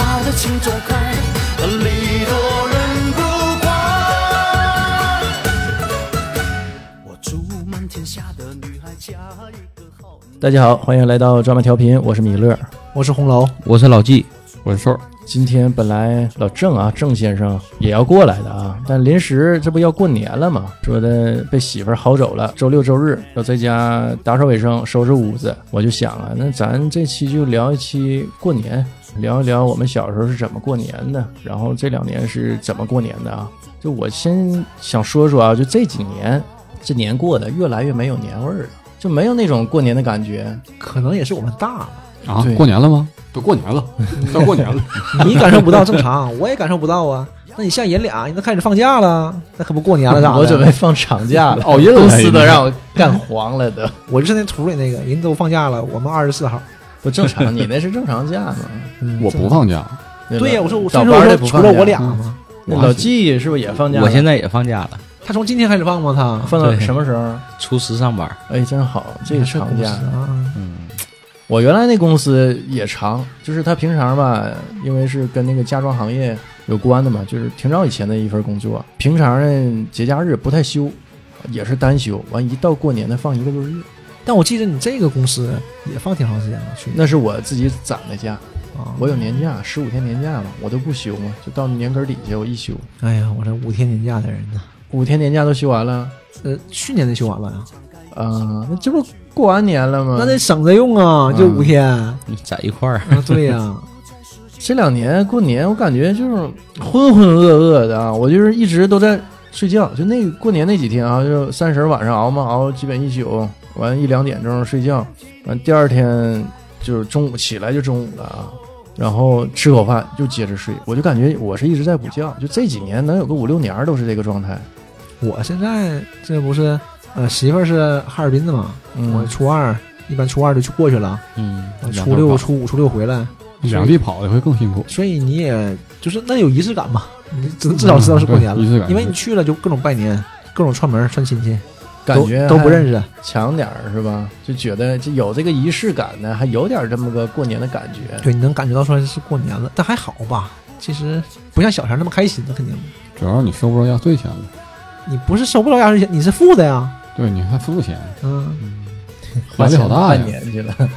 种快，礼多人不怪。我祝满天下的女孩嫁一个好男人。大家好，欢迎来到抓马调频，我是米勒。我是红楼，我是老纪，我是瘦，今天本来老郑啊，郑先生也要过来的啊，但临时这不要过年了嘛，说的被媳妇儿薅走了，周六周日要在家打扫卫生、收拾屋子。我就想啊，那咱这期就聊一期过年，聊一聊我们小时候是怎么过年的，然后这两年是怎么过年的啊。就我先想说说啊，就这几年这年过得越来越没有年味儿了，就没有那种过年的感觉。可能也是我们大了，啊对，过年了吗？都过年了， 到过年了，你感受不到正 常，我也感受不到啊。那你像人俩，那开始放假了，那可不过年了咋的？我准备放长假了，熬夜了公司都让我干黄了都。我就是那图里那个，人都放假了，我们二十四号。不正常，你那是正常假吗？嗯我不。放假，这对呀，啊我说我早所以班儿说我的说不除放了假嗯我俩嘛，那老纪是不是也放假了？我现在也放假了，他从今天开始放吗？他放到对什么时候？初十上班。哎，真好，这个长假。啊，嗯，我原来那公司也长，就是他平常吧，因为是跟那个家装行业有关的嘛，就是挺早以前的一份工作。平常呢，节假日不太休，也是单休。完一到过年呢，放一个多月，但我记得你这个公司也放挺长时间了，去年那是我自己攒的假。啊，我有年假，十五天年假嘛，我都不休嘛，就到年根儿底下我一休，哎呀，我这五天年假的人呢，五天年假都休完了。呃，去年就休完了呀，啊、那这不过完年了吗？那得省着用啊，嗯就五 天。在一块儿，啊对呀，这两年过年，我感觉就是浑浑噩噩的啊，我就是一直都在睡觉，就那个过年那几天啊，就三十晚上熬嘛熬，基本一宿，完一两点钟睡觉，完第二天就是中午起来就中午了啊，然后吃口饭就接着睡，我就感觉我是一直在补觉，就这几年能有个五六年都是这个状态。我现在这不是呃媳妇儿是哈尔滨的嘛，嗯，我初二一般初二就去过去了，嗯，呃两初边六、跑初五、初六回来，两地跑的会更辛苦，所以你也就是那有仪式感吧，你至至少知道是过年嗯对了，仪式感，因为你去了就各种拜年，各种串门串亲戚，感觉都都不认识，识。强点儿是吧？就觉得这有这个仪式感呢，还有点这么个过年的感觉。对，你能感觉到出来是过年了，但还好吧，其实不像小时候那么开心的，肯定。主要你收不着压岁钱了，你不是收不着压岁钱，你是负的呀，对，你还付钱，嗯，压力好大半呀。年去了。嗯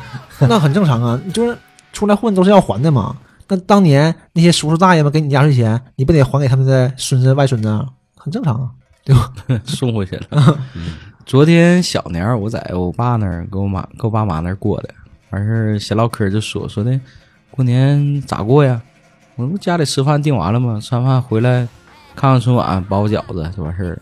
那很正常啊，你就是出来混都是要还的嘛。那当年那些叔叔大爷们给你压岁钱，你不得还给他们的孙子外孙子啊，很正常啊。送回 去了。嗯昨天小年儿我在我爸那儿跟我妈跟我爸妈那儿过的，完事儿闲唠嗑儿就说说的，过年咋过呀？我说 家里吃饭订完了吗？吃完饭回来看看春晚，包个饺子就完事儿了。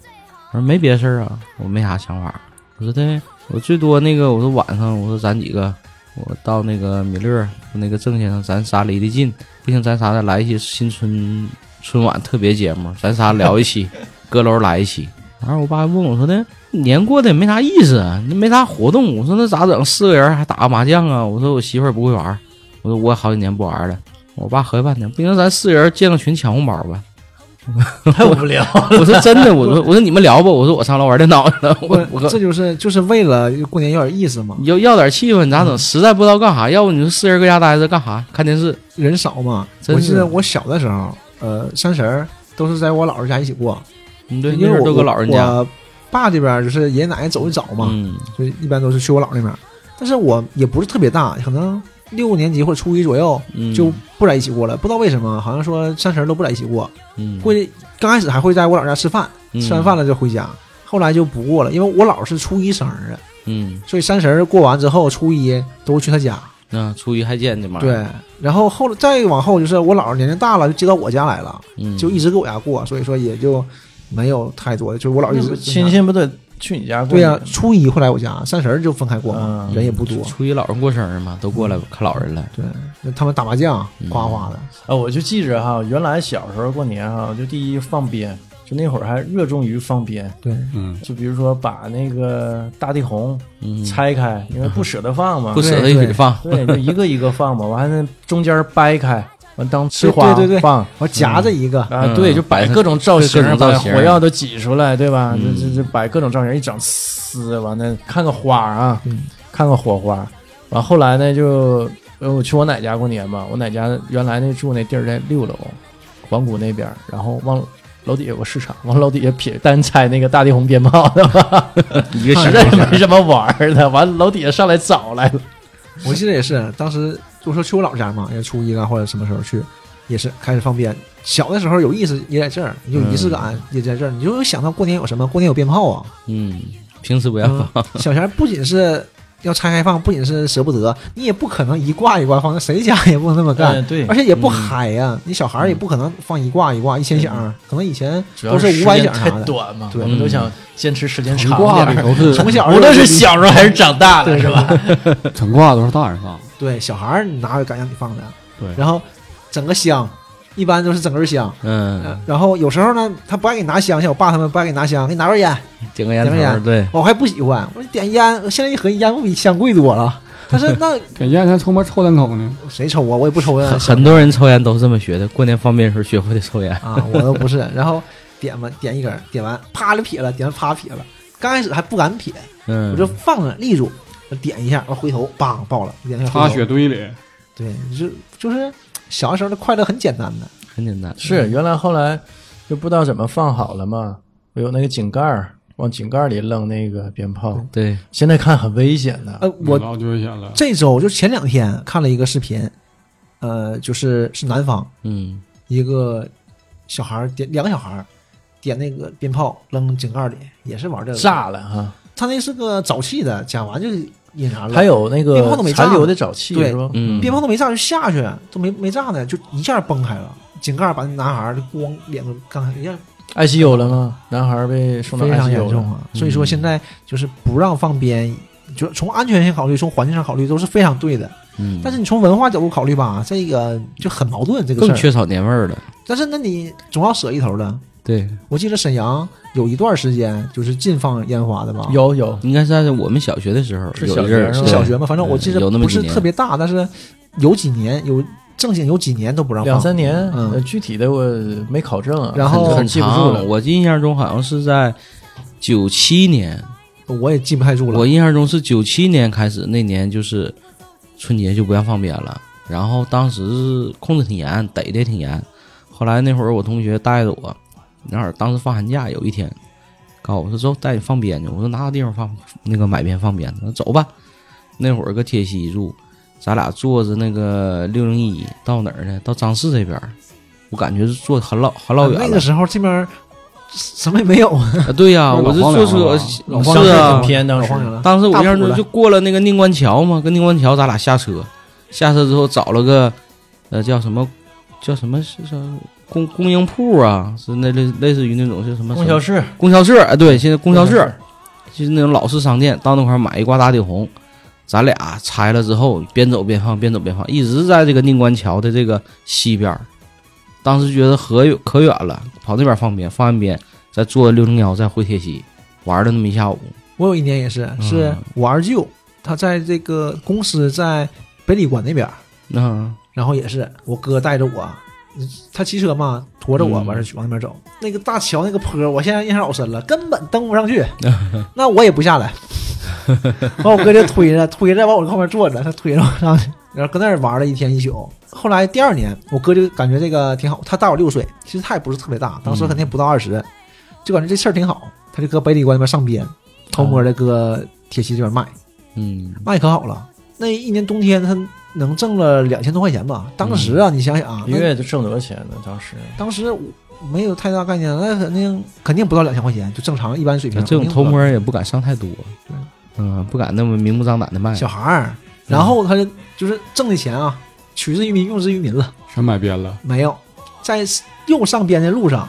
我说没别的事儿啊，我没啥想法。我说的，我最多那个，我说晚上，我说咱几个，我到那个米勒儿那个郑先生，咱仨离得近，不行咱仨再来一期新春春晚特别节目，咱仨聊一期，阁楼来一期。完事儿我爸问我说的，年过得也没啥意思啊，那没啥活动。我说那咋整？四个人还打个麻将啊？我说我媳妇儿不会玩儿，我说我好几年不玩儿了。我爸合计半天，不行，咱四个人建个群抢红包吧。太无聊了。 我说真的，我说我说你们聊吧，我说我上楼玩电脑去了。我我我这就是就是为了过年有点意思嘛，要要点气氛，咋嗯整？实在不知道干啥，要不你说四人搁家待着干啥？看电视。人少嘛。真我是记得我小的时候，呃，三十儿都是在我姥姥家一起过，嗯，对，因为那时我候都搁老人家。我爸这边就是爷爷奶奶走的早嘛，嗯，就一般都是去我姥那边。但是我也不是特别大，可能六年级或者初一左右嗯就不在一起过了，不知道为什么，好像说三十儿都不在一起过。嗯过去刚开始还会在我姥家吃饭，吃完饭了，了就回家，后来就不过了，因为我姥是初一生日，嗯，所以三十儿过完之后，初一都去他家。那初啊一还见这嘛？对，然后后来再往后就是我姥年龄大了，就接到我家来了，嗯，就一直给我家过，所以说也就没有太多的，就是我姥一直亲戚不得去你家过对年呀、吗？初一会来我家，三十儿就分开过嘛，嗯人也不多。嗯初一老人过生日嘛，都过来看老人了。对，那他们打麻将，嗯哗哗的，啊，我就记着哈，原来小时候过年哈，就第一放鞭，就那会儿还热衷于放鞭，对，嗯，就比如说把那个大地红嗯，拆开，因为不舍得放嘛， 不舍得一起放。对，就一个一个放嘛，完了中间掰开，完当吃花对对对放。我夹着一个，啊，嗯对，就摆各种造型，各种造把型火药都挤出来，对吧？嗯这这这摆各种造型，一整呲，完了看个花啊，嗯看个火花。完后来呢，就呃，我去我奶家过年嘛，我奶家原来那住那地儿在六楼，皇姑那边儿，然后往楼底下有个市场，往楼底下撇单拆那个大地红鞭炮的嘛，一个 实小在没什么玩儿的，完楼底下上来找来了，我记得也是，当时我说去我姥家嘛，也初一了或者什么时候去，也是开始放鞭。小的时候有意思也在这儿，有仪式感也在这儿，你就有想到过年有什么？过年有鞭炮啊！嗯，平时不要嗯、小钱儿不仅是要拆开放，不仅是舍不得，你也不可能一挂一挂放，谁家也不能那么干。嗯对 而且也不嗨呀、你小孩儿也不可能放一挂一挂一千响儿，可能以前主要都是时五百间响太啥的。短嘛，对我们都想坚持时间成长挂点的儿。都 是从小无论是小小时候还是长大了，是吧？成挂的都是大人放，对小孩儿，你哪有敢让你放的？对然后整个香，一般都是整根香。嗯，然后有时候呢，他不爱给你拿香，像我爸他们不爱给你拿香，给你拿根烟，点个烟头嗯点个儿，烟对，我还不喜欢。我说点烟，现在一合计烟不比香贵多了。但 是那给烟才出门抽两口呢。谁抽啊？我也不抽很啊。很多人抽烟都是这么学的，过年放鞭的时候学会的抽烟，啊，我都不是。然后点吧，点一根儿，点完啪就撇了，点完啪撇了。刚开始还不敢撇，嗯，我就放着立住，我点一下，我回头梆爆了，点一下回 插头雪堆里，对，就就是小的时候的快乐很简单的。很简单， 是原来后来就不知道怎么放好了嘛，我有那个井盖儿，往井盖儿里扔那个鞭炮，对，现在看很危险的。呃，我老就危险了。这周就前两天看了一个视频，呃，就是是南方嗯，一个小孩儿点两个小孩儿点那个鞭炮扔井盖里，也是玩这个。炸了哈，他那是个沼气的，讲完就引燃了。还有那呃鞭炮个都没炸残留的沼气对是吧？嗯鞭炮都没炸就下去，都没没炸呢，就一下崩开了，井盖把那男孩儿就咣脸都干开，一下爱西有了吗？男孩被送到非爱常西严有重了，啊。所以说嗯现在就是不让放鞭，就是从安全性考虑，从环境上考虑都是非常对的。嗯，但是你从文化角度考虑吧，这个就很矛盾这个更事儿。缺少年味儿了，但是那你总要舍一头的。对，我记得沈阳有一段时间就是禁放烟花的吧？有有应该是在我们小学的时候，是有小一学阵是儿是吧对小学嘛，反正我记得有那么不几是年特别大，但是有几年有正经有几年都不让放两三年，嗯呃具体的我没考证啊，然后嗯很很记不住长，了。我印象中好像是在九七年，我也记不太住了。我印象中是九七年开始，那年就是春节就不让放鞭了，然后当时是控制挺严，逮的挺严。后来那会儿我同学带着我，那会儿当时放寒假，有一天告诉我说走带你放鞭去，我说哪有地方放那个买鞭放鞭？他说走吧。那会儿搁铁西住，咱俩坐着那个六零一到哪儿呢？到张市这边儿，我感觉是坐很老很老远了。那个时候这边儿什么也没有啊，啊，对呀、不我是这老坐黄车当了吗老黄是时了啊很，偏，当老时荒凉了。当时我印大象中浦就了过了那个宁关桥嘛，跟宁关桥咱俩下车，下车之后找了个呃叫什么叫什么是叫供供应铺啊，是那类类似于那种是什么供销什社，么供销社，哎，对，现在供销供销社社就是那种老式商店，到那块儿买一挂打底红，咱俩拆了之后边走边放，边走边放，一直在这个宁关桥的这个西边儿。当时觉得可远可远了，跑那边放鞭，放完鞭再坐六零幺再回铁西，玩了那么一下午。我有一年也是，是嗯我二舅，他在这个公司在北礼馆那边儿，那、然后也是我哥带着我，他骑车嘛，驮着我嗯完事儿往那边走。那个大桥那个坡，我现在印象老深了，根本登不上去，那我也不下来。完，我哥就推着推着往我后面坐着，他推着我上去，然后搁那儿玩了一天一宿。后来第二年，我哥就感觉这个挺好，他大我六岁，其实他也不是特别大，当时肯定不到二十、就感觉这事儿挺好。他就搁北理关那边上边，偷摸的搁铁西这边卖。嗯，卖可好了，那一年冬天他能挣了两千多块钱吧？当时啊，你想想啊，一那个月就挣多少钱呢？当时当时我没有太大概念，那肯定肯定不到两千块钱，就正常一般水平。这肯种定偷不到摸儿也不敢上太多对，嗯，不敢那么明目张胆的卖。小孩儿，然后他就就是挣的钱啊，取之于民，用之于民了。全买鞭了，没有，在右上边的路上，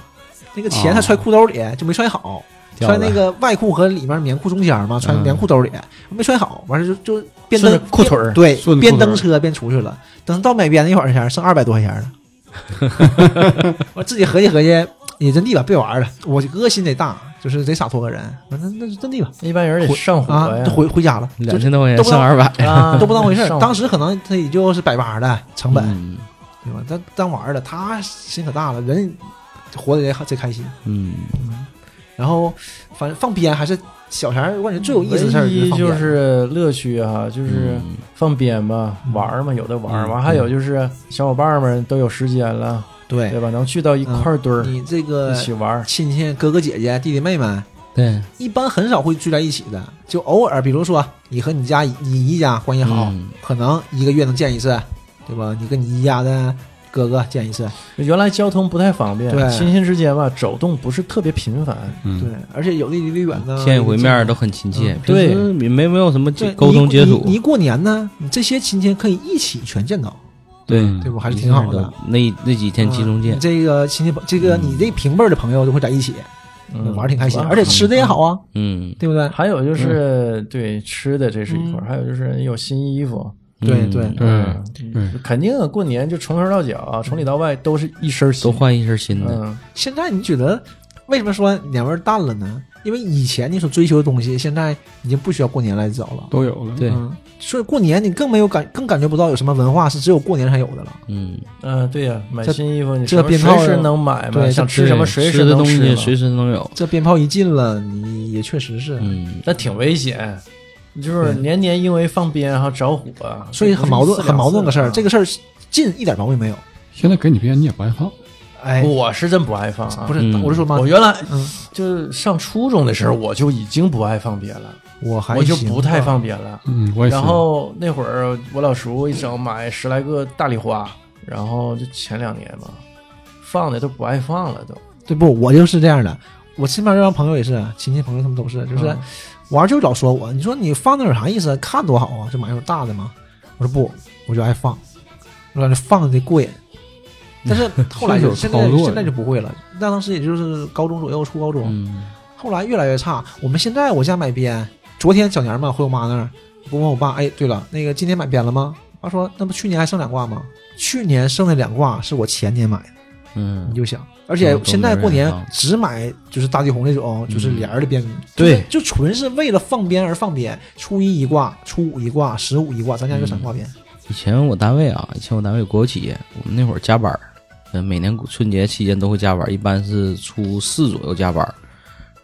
那个钱哦他揣裤兜里就没揣好，掉揣了那个外裤和里面棉裤中间嘛，揣嗯棉裤兜里没揣好，完事就就边顺蹬着裤腿儿对，顺着边裤腿蹬儿车边出去了。等到买鞭那会儿钱，剩二百多块钱了。 我自己合计合计，也真地吧，别玩了。我哥心得大，就是得洒脱个人。我说那那就真地吧，一般人得上火啊，呀就，回回家了，就两千多块都钱不上要二百，啊都不当回事儿。上当时可能他也就是百八的成本，嗯对吧？他当玩儿了，他心可大了，人活得也贼开心。嗯，然后啊嗯反正放鞭还是小钱儿，我感觉最有意思的事儿啊唯一放就鞭。啊是乐趣哈、就是嗯放鞭吧，玩儿嘛，有的玩儿。完还有就是小伙伴们都有时间了，嗯对嗯对吧？能聚到一块儿堆儿你这个一起玩儿。亲戚、哥哥姐姐、弟弟妹妹，对，一般很少会聚在一起的，就偶尔，比如说你和你家你姨家关系好，嗯可能一个月能见一次，对吧？你跟你姨家的哥哥见一次，原来交通不太方便对，亲戚之间吧走动不是特别频繁，嗯，对，而且有的离得远呢，见一回面都很亲切嗯，对平时也没没有什么对沟通接触你你，你过年呢，你这些亲戚可以一起全见到，对，嗯对不？还是挺好一下的都。。那那几天集中嗯见嗯你，这个亲戚朋，这个你这平辈儿的朋友都会在一起嗯玩，儿，挺开心，玩儿而且吃的也好啊，嗯，对不对？还有就是对吃的这是一块儿，嗯还有就是有新衣服，对嗯对嗯对嗯，对肯定啊，过年就从头到脚，啊从里到外都是一身新都，换一身新的，嗯，现在你觉得为什么说年味儿淡了呢？因为以前你所追求的东西，现在已经不需要过年来找了。都有了。对，嗯，所以过年你更没有感，更感觉不到有什么文化是只有过年才有的了。嗯，嗯，对呀，买这新衣服你这什么鞭炮随时能买嘛，对想这吃什么对随吃时的能东吃西嘛随时能有，这鞭炮一禁了，你也确实是，嗯，那挺危险，就是年年因为放鞭哈着火，所以很矛啊盾，很矛盾个事儿。这个个事儿禁一点毛病没有。现在给你鞭你也不爱放，哎，我是真不爱放啊不，是，嗯我是说嘛，哦我原来嗯就是上初中的时候我就已经不爱放鞭了，我还我就行不太吧放鞭了。嗯，我也是。然后那会儿我老叔一整买十来个大礼花，然后就前两年嘛，放的都不爱放了都。对不？我就是这样的。我身边这帮朋友也是，啊亲戚朋友他们都是，就是、嗯我玩就老说我，你说你放那有啥意思？看多好啊，就买那种大的嘛。我说不，我就爱放，我感觉放得过瘾。但是后来就现顺手操在作现在就不会了，那当时也就是高中左右，初高中，嗯，后来越来越差。我们现在我家买鞭，昨天小年儿嘛回我妈那儿，我问我爸，哎，对了，那个今天买鞭了吗？他说那不去年还剩两挂吗？去年剩的两挂是我前年买的。嗯你，就想，而且现在过年只买就是大地红这种，就是帘儿的鞭，对就纯是为了放鞭而放鞭。初一一挂，初五一挂，十五一挂，咱家就三挂鞭。以前我单位啊，以前我单位有国有企业，我们那会儿加班儿，呃，每年春节期间都会加班儿，一般是初四左右加班儿。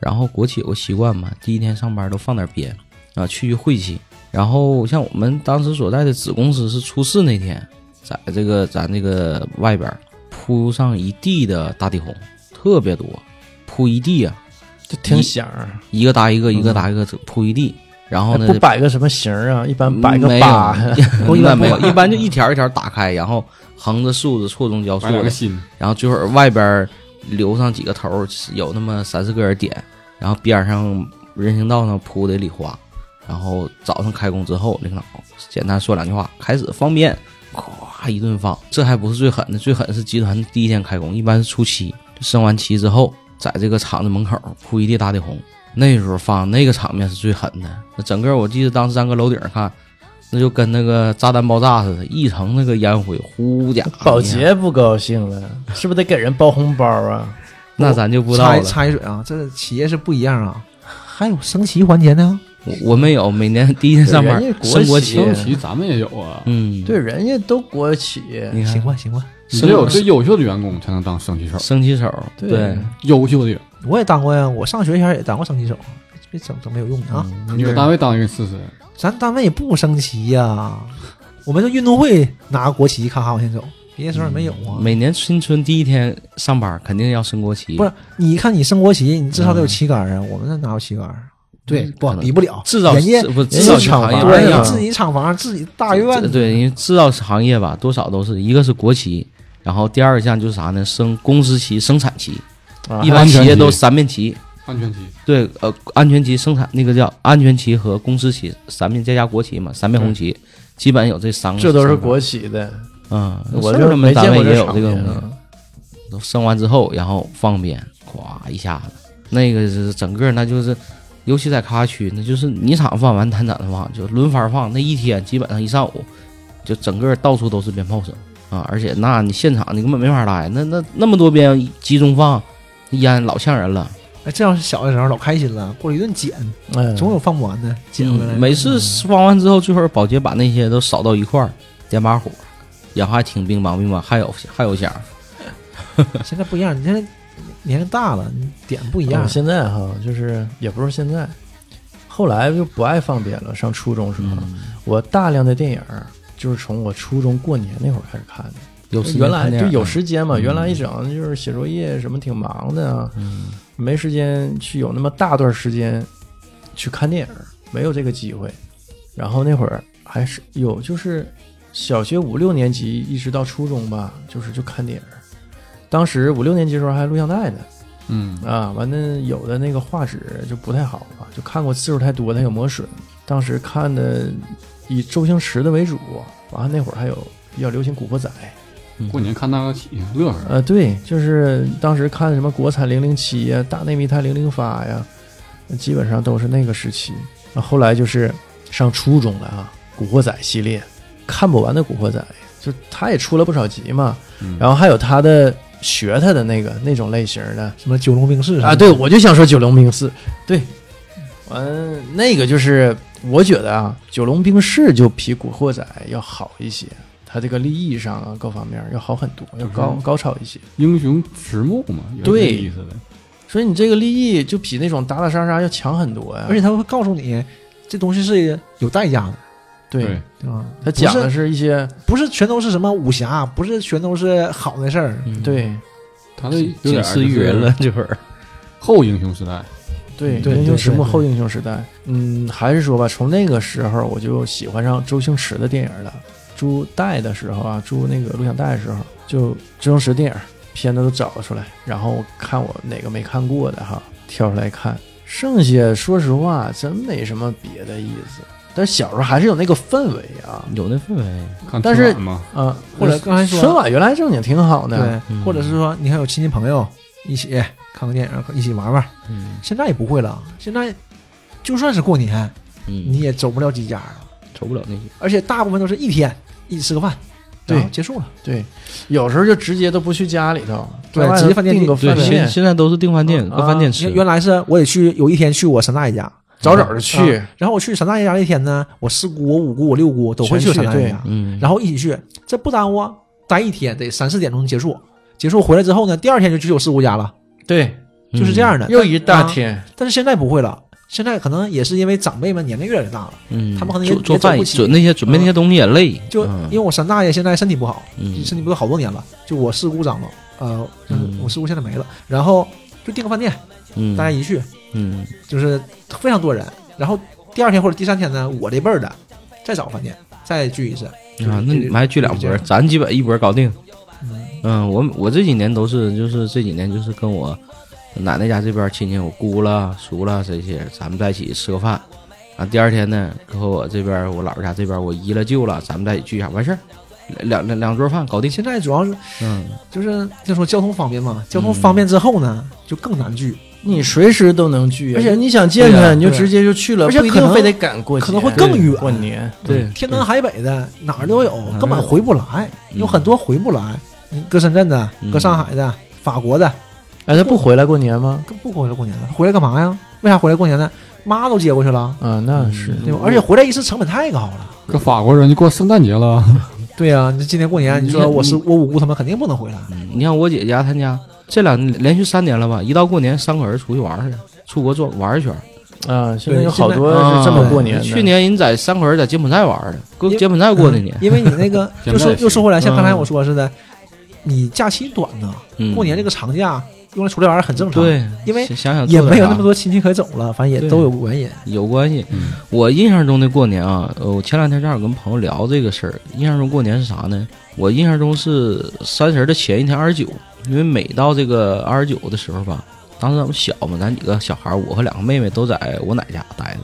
然后国企有个习惯嘛，第一天上班都放点鞭啊，去去晦气。然后像我们当时所在的子公司是初四那天，在这个咱这个外边儿铺上一地的大地红，特别多，铺一地啊，就听响儿，一个搭一个，一个搭一个，铺一地。然哦后呢，哎不摆个什么形儿啊，一般摆个没有 八，一般没有，一般就一条一条打开，然后横着竖着错中交错买两的个，新的，然后最后外边留上几个头儿，有那么三四个人点，然后边上人行道上铺的礼花，然后早上开工之后，领导简单说两句话，开始放鞭，咵一顿放，这还不是最狠的，最狠是集团第一天开工，一般是初七，升完旗之后，在这个厂子门口铺一地大地红，那时候放那个场面是最狠的，那整个我记得当时咱搁楼顶看。那就跟那个炸弹爆炸似的，一层那个烟灰，呼家伙 保洁不高兴了，是不是得给人包红包啊？那咱就不知道插了一。插一嘴啊，这企业是不一样啊，还有升旗环节呢。我我们有每年第一天上班人家国升国企旗，升旗咱们也有啊。嗯，对，，人家都国企，你看行吧，行吧，你只有最优秀的员工才能当升旗手，升旗手，对对，优秀的员我也当过呀，我上学前也当过升旗手，别整整没有用的啊。工，你搁单位当一个试试。咱单位也不升旗呀、我们这运动会拿国旗咔咔往前走，别的时候也没有啊。每年新春第一天上班肯定要升国旗，不是，你看你升国旗，你至少得有旗杆儿啊，我们那哪有旗杆儿啊？对，不可能比不了，制造人家不家制造厂行业房吧哎对，呀有自己厂房、自己大院这子，对，因为制造行业吧，多少都是一个是国旗，然后第二项就是啥呢？升公司旗、生产旗，啊嗯一般安全企业旗都三面旗。安全期，对，呃，安全旗生产那个叫安全旗和公司旗三面再加国旗嘛，三面红旗，基本有这三个。这都是三个国企的，嗯，我事儿就都没没见单位过也这有场这个面东西。啊。都升完之后，然后放鞭，咵一下子，那个是整个那就是，尤其在开发区，那就是你厂放完，咱厂放，就轮番放，那一天基本上一上午，就整个到处都是鞭炮声啊！而且那你现场你根本没法来，那那那么多鞭集中放，烟老呛人了。哎，这要是小的时候老开心了，过来一顿捡，哎，总有放不完的，捡回来。嗯每次放完之后，最后保洁把那些都扫到一块儿，点把火，然后还挺冰棒冰棒，还有还有响儿，现在不一样，你现在年龄大了，你点不一样嗯我。现在哈，就是也不是现在，后来就不爱放鞭了。上初中时候，嗯我大量的电影儿就是从我初中过年那会儿开始看的。有时间原来看电嗯就影有时间嘛，原来一整就是写作业什么挺忙的啊，嗯没时间去有那么大段时间去看电影，没有这个机会。然后那会儿还是有，就是小学五六年级一直到初中吧，就是就看电影。当时五六年级的时候还录像带呢，嗯，啊，完了有的那个画质就不太好啊，就看过次数太多，它有磨损。当时看的以周星驰的为主，完了那会儿还有比较流行《古惑仔》，嗯过年看那个起乐呵，呃，对，就是当时看什么国产零零七呀、大内密探零零发呀，基本上都是那个时期。啊后来就是上初中了啊，《古惑仔》系列看不完的《古惑仔》，就他也出了不少集嘛，嗯然后还有他的学他的那个那种类型的，什么九龙冰室啊，对，我就想说九龙冰室，对，完、那个就是我觉得啊，九龙冰室就比古惑仔要好一些，它这个立意上啊各方面要好很多，要高嗯高超一些。英雄迟暮嘛，有对这意思的。所以你这个立意就比那种打打杀杀要强很多呀。而且他会告诉你，这东西是有代价的，对，，对吧？它讲不的是是一些不是全都是什么武侠，不是全都是好的事儿，嗯，对他这有警点示育人了，这会儿后英雄时代，对对英雄对迟暮对后英雄时代，嗯，还是说吧，从那个时候我就喜欢上周星驰的电影了。租带的时候啊，租那个录像带的时候，就周星驰电影片子都找出来，然后看我哪个没看过的哈，挑出来看。剩下说实话，真没什么别的意思。但小时候还是有那个氛围啊，有那氛围，看但春是晚嘛，啊，或者刚才说春晚原来正经挺好的，对，嗯或者是说你还有亲戚朋友一起看个电影，一起玩玩。嗯现在也不会了，现在就算是过年，嗯，你也走不了几家了，瞅不了那些，而且大部分都是一天一起吃个饭，对然后结束了。对有时候就直接都不去家里头，对在外头直接饭店订个订饭对，现店，现在都是订饭店，啊搁饭店吃原，原来是我得去，有一天去我三大爷家，早早就去，啊然后我去三大爷家那天呢，我四姑、我五姑、我六姑都会全去三大爷家，嗯，然后一起去，这不耽误啊，待一天得三四点钟结束，结束回来之后呢，第二天就去我四姑家了，对，嗯就是这，样的。又一大啊天。但是现在不会了，现在可能也是因为长辈们年龄越来越大了，嗯，他们可能也做做也走饭不起啊准那些准备那些东西也累，就嗯因为我三大爷现在身体不好，嗯身体不是好多年了，就我四姑长了，呃，就是我四姑现在没了，然后就订个饭店，嗯，大家一去，嗯就是非常多人，然后第二天或者第三天呢，我这辈儿的再找个饭店再聚一次，就是啊，那你们还聚两就波是，咱基本一波搞定。嗯嗯，我我这几年都是，就是这几年就是跟我奶奶家这边亲戚，我姑了、叔了这些，咱们在一起吃个饭。啊，第二天呢，和我这边我姥姥家这边我姨了舅了，咱们在一起聚一下，完事儿，两两两桌饭搞定。现在主要是嗯，就是就说交通方便嘛，交通方便之后呢，就更难聚，你随时都能聚，嗯而且你啊想见对呀啊他，你就对直接就去了，而且不一可定能非得赶过节，可能会更远过年。对，嗯天南海北的哪儿都有，儿根本回不来，嗯有很多回不来，你搁深圳的，嗯搁上海的，法国的，哎，他不回来过年吗？更不回来过年了，回来干嘛呀？为啥回来过年呢？妈都接过去了，啊，那是嗯对吧？而且回来一次成本太高了。搁法国人就过圣诞节了，对呀、你今年过年，你说你我是我五姑他们肯定不能回来，嗯你看我姐家她家这两连续三年了吧，一到过年三口人出去玩儿去，出国转玩儿一圈儿。啊啊，现在对有好现在多是这么过年的。去年人在三口人在柬埔寨玩儿的，搁因柬埔寨过的年。因为你那 个现在就说也是又说回来，像刚才嗯我说似的，你假期短呢，嗯过年这个长假用来出来玩儿很正常，，对，因为想想也做点没有啥那么多亲戚可走了，反正也对都有原因。有关系嗯。我印象中的过年啊，呃我前两天正好跟朋友聊这个事儿。印象中过年是啥呢？我印象中是三十儿的前一天二十九，因为每到这个二十九的时候吧，当时咱们小嘛，咱几个小孩儿，我和两个妹妹都在我奶家待着。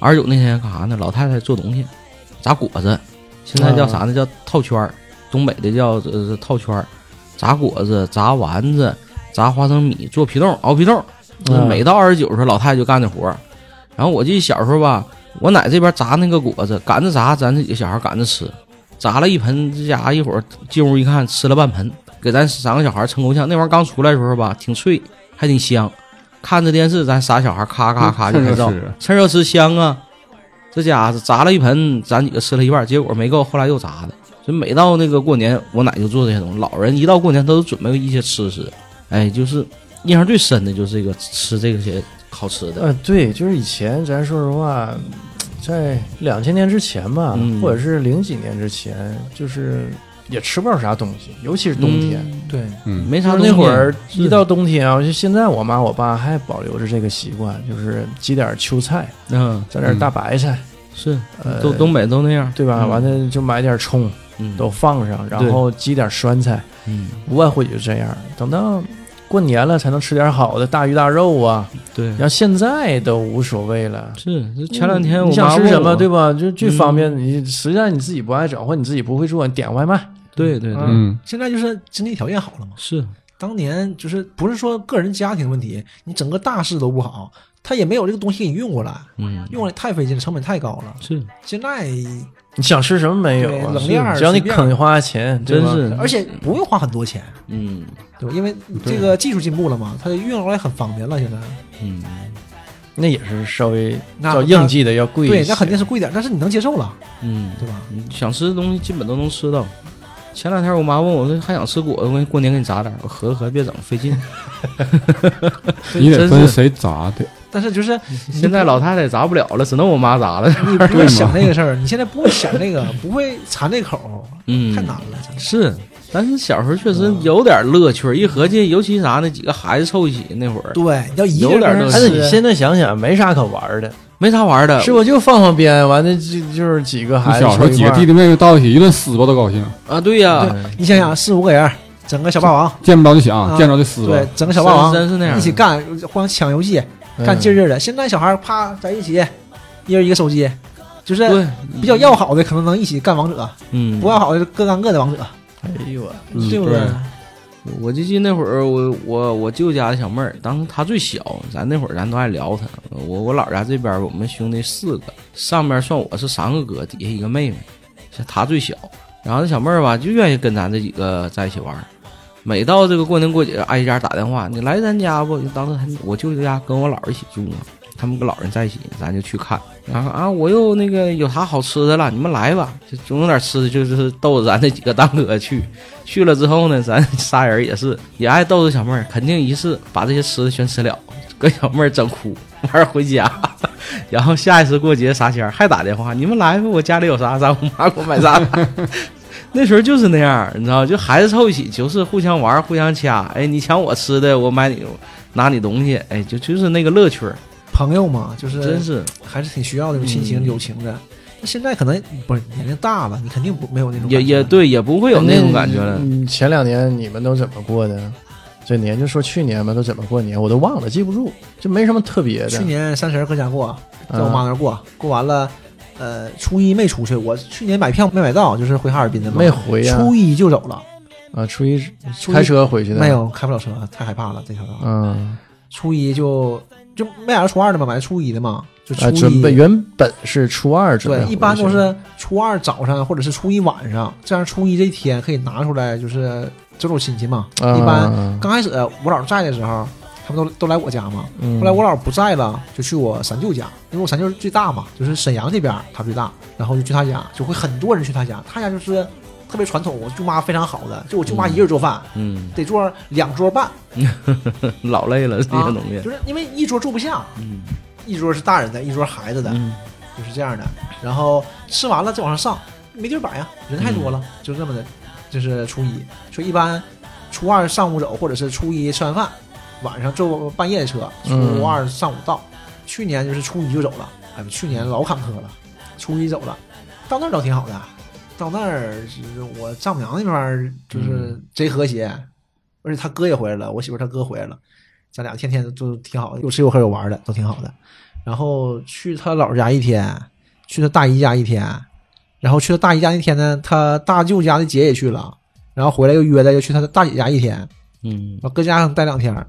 二十九那天干啥呢？老太太做东西，炸果子，现在叫啥呢？叫套圈儿，东北的叫呃套圈儿，炸果子、炸丸子、炸花生米、做皮冻、熬皮冻。就是嗯每到二十九时候，老太太就干这活儿。然后我记得小时候吧，我奶这边炸那个果子，赶着炸，咱几个小孩赶着吃，炸了一盆，这家伙一会儿进屋一看，吃了半盆，给咱三个小孩撑够呛。那玩意儿刚出来的时候吧，挺脆，还挺香。看着电视，咱仨小孩咔咔咔就嗯趁拍 热照，吃。趁热吃香啊！这家伙炸了一盆，咱几个吃了一半，结果没够，后来又炸的。所以每到那个过年，我奶就做这些东西。老人一到过年，他都准备一些吃食。哎，就是印象最深的就是这个吃这些好吃的。呃，对，就是以前咱说实话，在两千年之前吧，嗯或者是零几年之前，就是也吃不着啥东西，尤其是冬天。对，嗯，没就是东西那会儿是一到冬天啊，就现在我妈我爸还保留着这个习惯，就是挤点秋菜，嗯整点大白菜，是，呃，都东北都那样，对吧？嗯完了就买点葱，嗯都放上，然后挤点酸菜，嗯无外乎也就这样。等到过年了才能吃点好的，大鱼大肉啊，嗯对然，后现在都无所谓了。是就前两天我你想妈吃问什么，我对吧？就最方嗯便，你实在你自己不爱整，或者你自己不会做，你点外卖。对对对，嗯，现在就是经济条件好了嘛。是当年就是不是说个人家庭问题，你整个大势都不好，他也没有这个东西给你运过来，嗯运过来太费劲，成本太高了。是，现在你想吃什么没有对啊？冷链儿是只要你随便肯花钱，对真吧是，而且不用花很多钱，嗯对吧？因为这个技术进步了嘛，它运过来很方便了。现在嗯那也是稍微那叫应季的要贵一些。对，那肯定是贵点，但是你能接受了，嗯，对吧？你想吃的东西基本都能吃到。前两天我妈问我说还想吃果子，我给你过年给你炸点儿。我合计合计别整，费劲。你得真分是谁砸的，但是就是现在老太太砸不了 了，只能我妈砸了。你不会想那个事儿，你现在不会想那个，不会馋这口，嗯太难了。真的是，但是小时候确实有点乐趣儿。一合计，尤其啥那几个孩子凑一起那会儿，对，要一有个点人乐但是趣你现在想想，没啥可玩的，没啥玩儿呃的。是不就放放鞭，完了就就是几个你孩子小时候凑一几块个儿弟弟妹妹到一起一顿撕吧都高兴，啊，对呀、你想想，四五个人整个小霸王，见不着就想，啊见着就撕吧对。，整个小霸王真是那样一起干，互相抢游戏，干劲儿的。现在小孩儿啪在一起，一人一个手机，就是对，比较要好的可能能一起干王者，嗯，不要好的各干各的王者，哎呦我，嗯对不对？我就记得那会儿，我我我舅家的小妹儿，当时她最小，咱那会儿咱都爱聊她。我我姥家这边儿我们兄弟四个，上面算我是三个哥，底下一个妹妹，像她最小。然后这小妹儿吧，就愿意跟咱这几个在一起玩儿。每到这个过年过节，挨家打电话，你来咱家不？就当时还我舅舅家跟我姥儿一起住嘛，他们跟老人在一起，咱就去看。然后啊，我又那个有啥好吃的了，你们来吧，就总有点吃的，就是逗着咱这几个当哥去。去了之后呢，咱仨人也是也爱逗着小妹儿，肯定一次把这些吃的全吃了，给小妹儿整哭，完事儿回家。 然后下一次过节啥前儿还打电话，你们来吧，我家里有啥，咱我妈给我买啥。 那时候就是那样儿，你知道，就孩子凑一起就是互相玩儿，互相掐。哎，你抢我吃的，我买你拿你东西，哎，就就是那个乐趣儿，朋友嘛，就是真是还是挺需要这种亲情、嗯友情的。那现在可能不是年龄大了，你肯定不没有那种也感觉也了，对，也不会有那种感觉了。嗯前两年你们都怎么过的？这年就说去年吧，都怎么过年，我都忘了，记不住，就没什么特别的。去年三十儿搁家过，在我啊妈那儿过，过完了，呃，初一没出去。我去年买票没买到，就是回哈尔滨的嘛，没回呀、初一就走了，啊，初一初一开车回去的，没，有开不了车，太害怕了这条道。嗯，初一就就没买到初二的嘛，买初一的嘛，就初啊，一。准备原本是初二准备对回，去，一般都是初二早上或者是初一晚上，这样初一这一天可以拿出来，就是走走亲戚嘛。啊一般刚开始呃我姥在的时候，他们都都来我家嘛。嗯后来我姥不在了，就去我三舅家，因为我三舅是最大嘛，就是沈阳这边他最大，然后就去他家，就会很多人去他家。他家就是特别传统，我舅妈非常好的，就我舅妈一个人做饭，嗯， 得做两桌半，老累了这些东西。啊就是因为一桌坐不下，嗯一桌是大人的，一桌孩子的，嗯就是这样的。然后吃完了再往上上，没地儿摆呀，人太多了，就这么的。就是初一，所以一般初二上午走，或者是初一吃完饭，晚上坐半夜的车，嗯初二上午到。去年就是初一就走了，哎，去年老坎坷了，初一走了，到那儿倒挺好的。到那儿就是我丈母娘那边儿就是贼和谐，而且他哥也回来了，我媳妇儿她哥回来了，咱俩天天都挺好的，有吃有喝有玩的，都挺好的。然后去他姥儿家一天，去他大姨家一天，然后去他大姨家那天呢，他大舅家的姐也去了，然后回来又约着又去他大姐家一天，嗯我搁家待两天儿。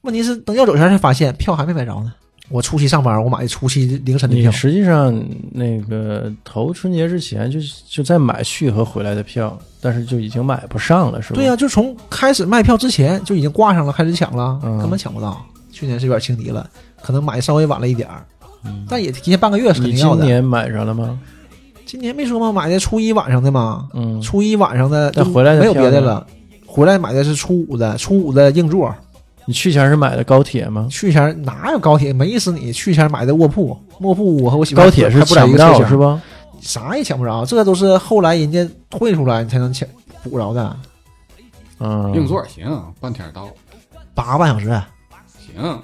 问题是等要走前才发现票还没买着呢。我初七上班，我买的初七凌晨的你票。实际上那个头春节之前就就在买去和回来的票，但是就已经买不上了，是吧？对啊呀、就从开始卖票之前就已经挂上了，开始抢了，嗯根本抢不到。去年是有点轻敌了，可能买稍微晚了一点儿，但也提前半个月是肯嗯你定要今的。今年年买上了吗？没说吗？买的初一晚上的嘛，嗯，初一晚上的那回来的没有别票的呢了，回来买的是初五的，初五的硬座，你去前是买的高铁吗？去前哪有高铁？没死你！去前买的卧铺，卧铺我和我媳妇高铁是还不在抢一不个到车是厢，吧？啥也抢不着，这都是后来人家退出来你才能抢补着的，嗯，硬座儿行，半天儿到八个半小时。啊行，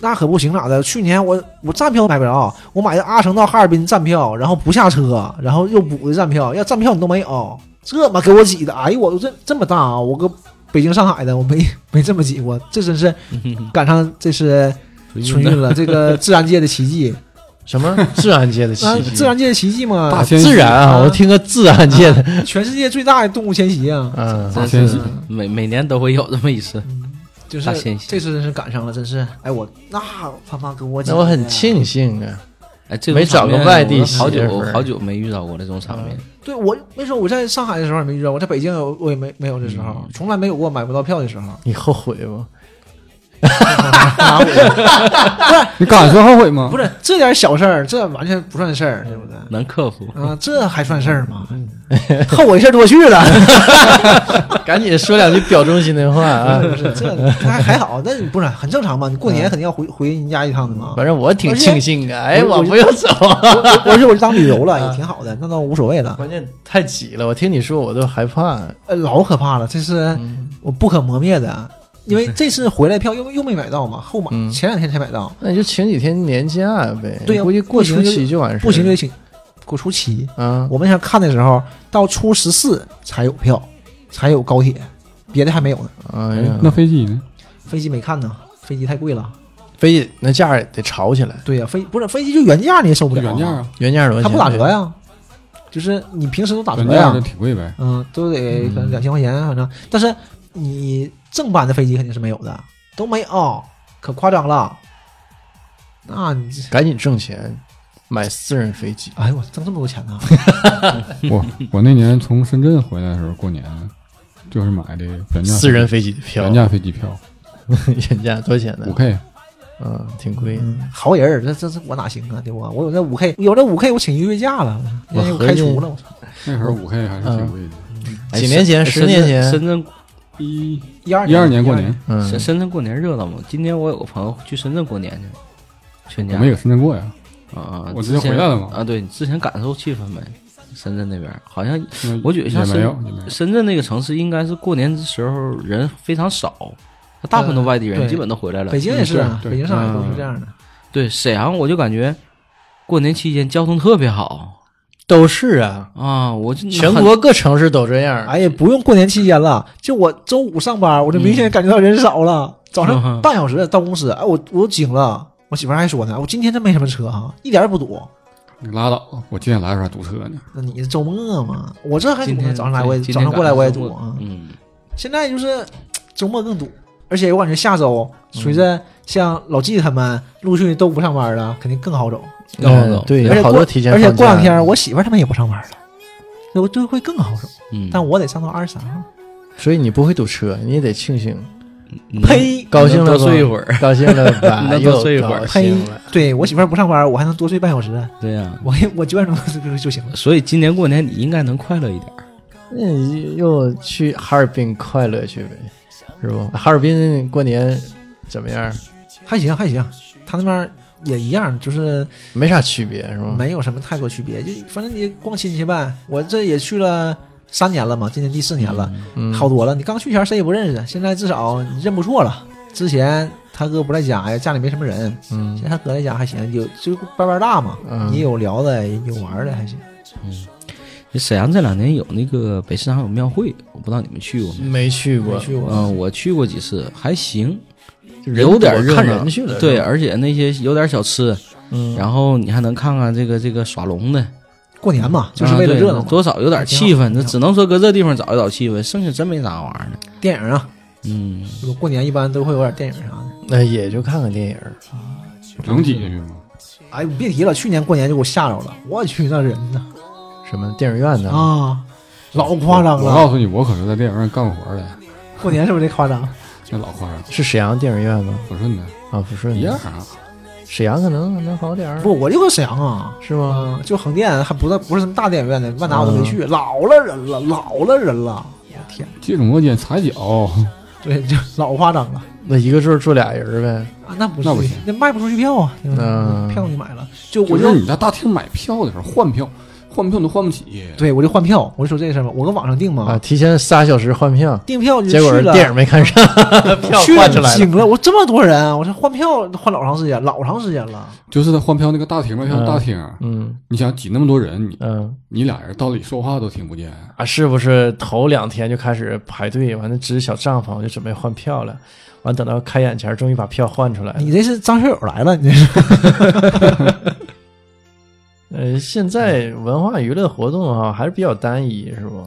那可不行，咋的？去年我我站票都买不着，我买的阿城到哈尔滨站票，然后不下车，然后又补的站票，要站票你都没有，这妈给我挤的，哎呦，我都这这么大啊！我搁北京、上海的，我没 没这么挤过，这真是嗯 赶上这是春运了，这个自然界的 奇迹，什么自然 界的奇啊，迹？自然界的奇迹嘛，大迁徙自然啊，啊我听个自然界的，全世界最大的动物迁徙啊，嗯，大真迁是徙， 每每年都会有这么一次。就是大迁徙这次真是赶上了，真是，哎我那潘潘给我挤那的，我很庆幸啊。哎，这种没找个场面外地我好媳久妇儿好久没遇到过这种场面。对我没说我在上海的时候也没遇到，我在北京有我也没没有这时候，从来没有过买不到票的时候。你后悔不？你敢说后悔吗？不是这点小事儿，这完全不算事儿，对不对？能克服，啊，这还算事儿吗？后悔事儿多去了， 赶紧说两句表忠心的话啊！不是这还还好，那你不是很正常嘛？你过年肯定要回回人家一趟的嘛。反正我挺庆幸的，哎， 我我不用走，我是我就当旅游了，也挺好的，那倒无所谓了。关键太挤了，我听你说我都害怕。呃，老可怕了，这是我不可磨灭的，因为这次回来票又又没买到嘛，后买嗯前两天才买到，那你就请几天年假呗，对呀估计过不行初就期就完事儿，不行就请给我出七。啊，我们那天看的时候，到初十四才有票，才有高铁，别的还没有呢。哎哎呀，那飞机呢？飞机没看呢，飞机太贵了。非得那价儿得吵起来，对呀、飞不是飞机就原价你也受不了、原价，啊，原价儿多少它钱？不打折呀、就是你平时都打折原呀、价就挺贵 呗。嗯，都得可能嗯两千块钱，反正，但是你正版的飞机肯定是没有的，都没有，可夸张了。那你这，赶紧挣钱买私人飞机，哎呦我挣这么多钱呢、我我那年从深圳回来的时候，过年就是买的原价私人飞机的票，原价飞机票，原价多少钱五呢？ K 嗯，挺贵的。嗯好人儿，这这这我哪行啊，对不？我有这五 K，有这五 K，我请一个月假了，我人家给合我开计除了，我操！那时候五 K 还是挺贵的。哎几年前深十年前深圳一一二一二年过年，，嗯深，深圳过年热闹吗？今年我有个朋友去深圳过年去，全我家没搁深圳过呀，啊，我直之接前回来了嘛啊，对，之前感受气氛没？深圳那边好像那我觉得像也深没有，也没有。深圳那个城市应该是过年的时候人非常少，大部分都外地人，呃对基本都回来了北。京也是嗯啊，对对北京、上海都是这样的。对，沈阳我就感觉过年期间交通特别好都是啊，啊，我就全很国各城市都这嗯样。哎呀，不用过年期间了，就我周五上班，我就明显感觉到人少嗯了。早上半小时到公司，哎，我我都惊了。我媳妇儿还说呢，我今天真没什么车哈，一点儿也不堵。你拉倒，我今天来的时候还堵车呢。那你周末嘛，我这还堵今呢。天早上来我也，今早天上过来我也赶堵上周啊末。嗯，现在就是嘖周末更堵，而且我感觉下周嗯随着像老纪他们陆续都不上班了，肯定更好走。嗯，对，而且有好过多提前而且放假过两天我媳妇儿他们也不上班了，就就会更好走。嗯，但我得上到二十三号。所以你不会堵车，你也得庆幸，嗯呸！高兴了多吧睡一会儿，高兴了吧？能又多睡一会儿高呸兴了！！对我媳妇儿不上班，我还能多睡半小时。对呀、我我九点钟就就行了。所以今年过年你应该能快乐一点儿。那你又去哈尔滨快乐去呗，是不？哈尔滨过年怎么样？还行还行，他那边儿也一样，就是没啥区别是吧？没有什么太多区别，就反正你逛亲戚呗。我这也去了三年了嘛，今年第四年了，嗯好多了。你刚去前谁也不认识，现在至少你认不错了。之前他哥不在家呀，家里没什么人，嗯现在他哥在家还行，有就班班大嘛，嗯也有聊的，也有玩的，还行。沈阳这两年有那个北市场有庙会，我不知道你们去过没？没去过，没去过，嗯，我去过几次，还行，人有点多热闹。看人去了。对，是吧，而且那些有点小吃，嗯，然后你还能看看这个这个耍龙的，过年嗯嘛，就是啊为了对热闹嘛。多少有点气挺好氛。挺这好只能说搁这地方找一找气氛，剩下真没啥玩意儿的。电影啊，嗯，就是过年一般都会有点电影啥啊的。那也就看看电影儿。能挤进去吗？哎，你别提了，去年过年就给我吓着了，我去那人呢什么电影院呢？啊，老夸张我了。告诉你，我可是在电影院干过活的，过年是不是得夸张？那老夸张。是沈阳电影院吗？抚顺的啊，不是一样啊，沈阳可能能好点儿，不，我就搁沈阳啊，是吗？嗯，就横店，还不是不是什么大电影院的，万达我都没去，老了人了，老了人了，我天，这种摩肩踩脚，对，就老夸张了。那一个座儿坐俩人儿呗。啊，那不那不是行，那卖不出去票啊，对吧嗯票你买了，就我我就就是你在大厅买票的时候换票，换票你都换不起。对我就换票，我就说这事儿嘛，我搁网上订啊，嘛，提前仨小时换票，订票就去结果了，电影没看上，票去换出来了。惊了，我这么多人啊，我说换票换老长时间，老长时间了，就是他换票那个大厅卖票嗯大厅，啊嗯你想挤那么多人，你嗯你俩人到里说话都听不见。啊，是不是头两天就开始排队，完了支小帐篷就准备换票了，完等到开演前儿终于把票换出来了。你这是张学友来了，你这是呃，现在文化娱乐活动哈、还是比较单一，是不？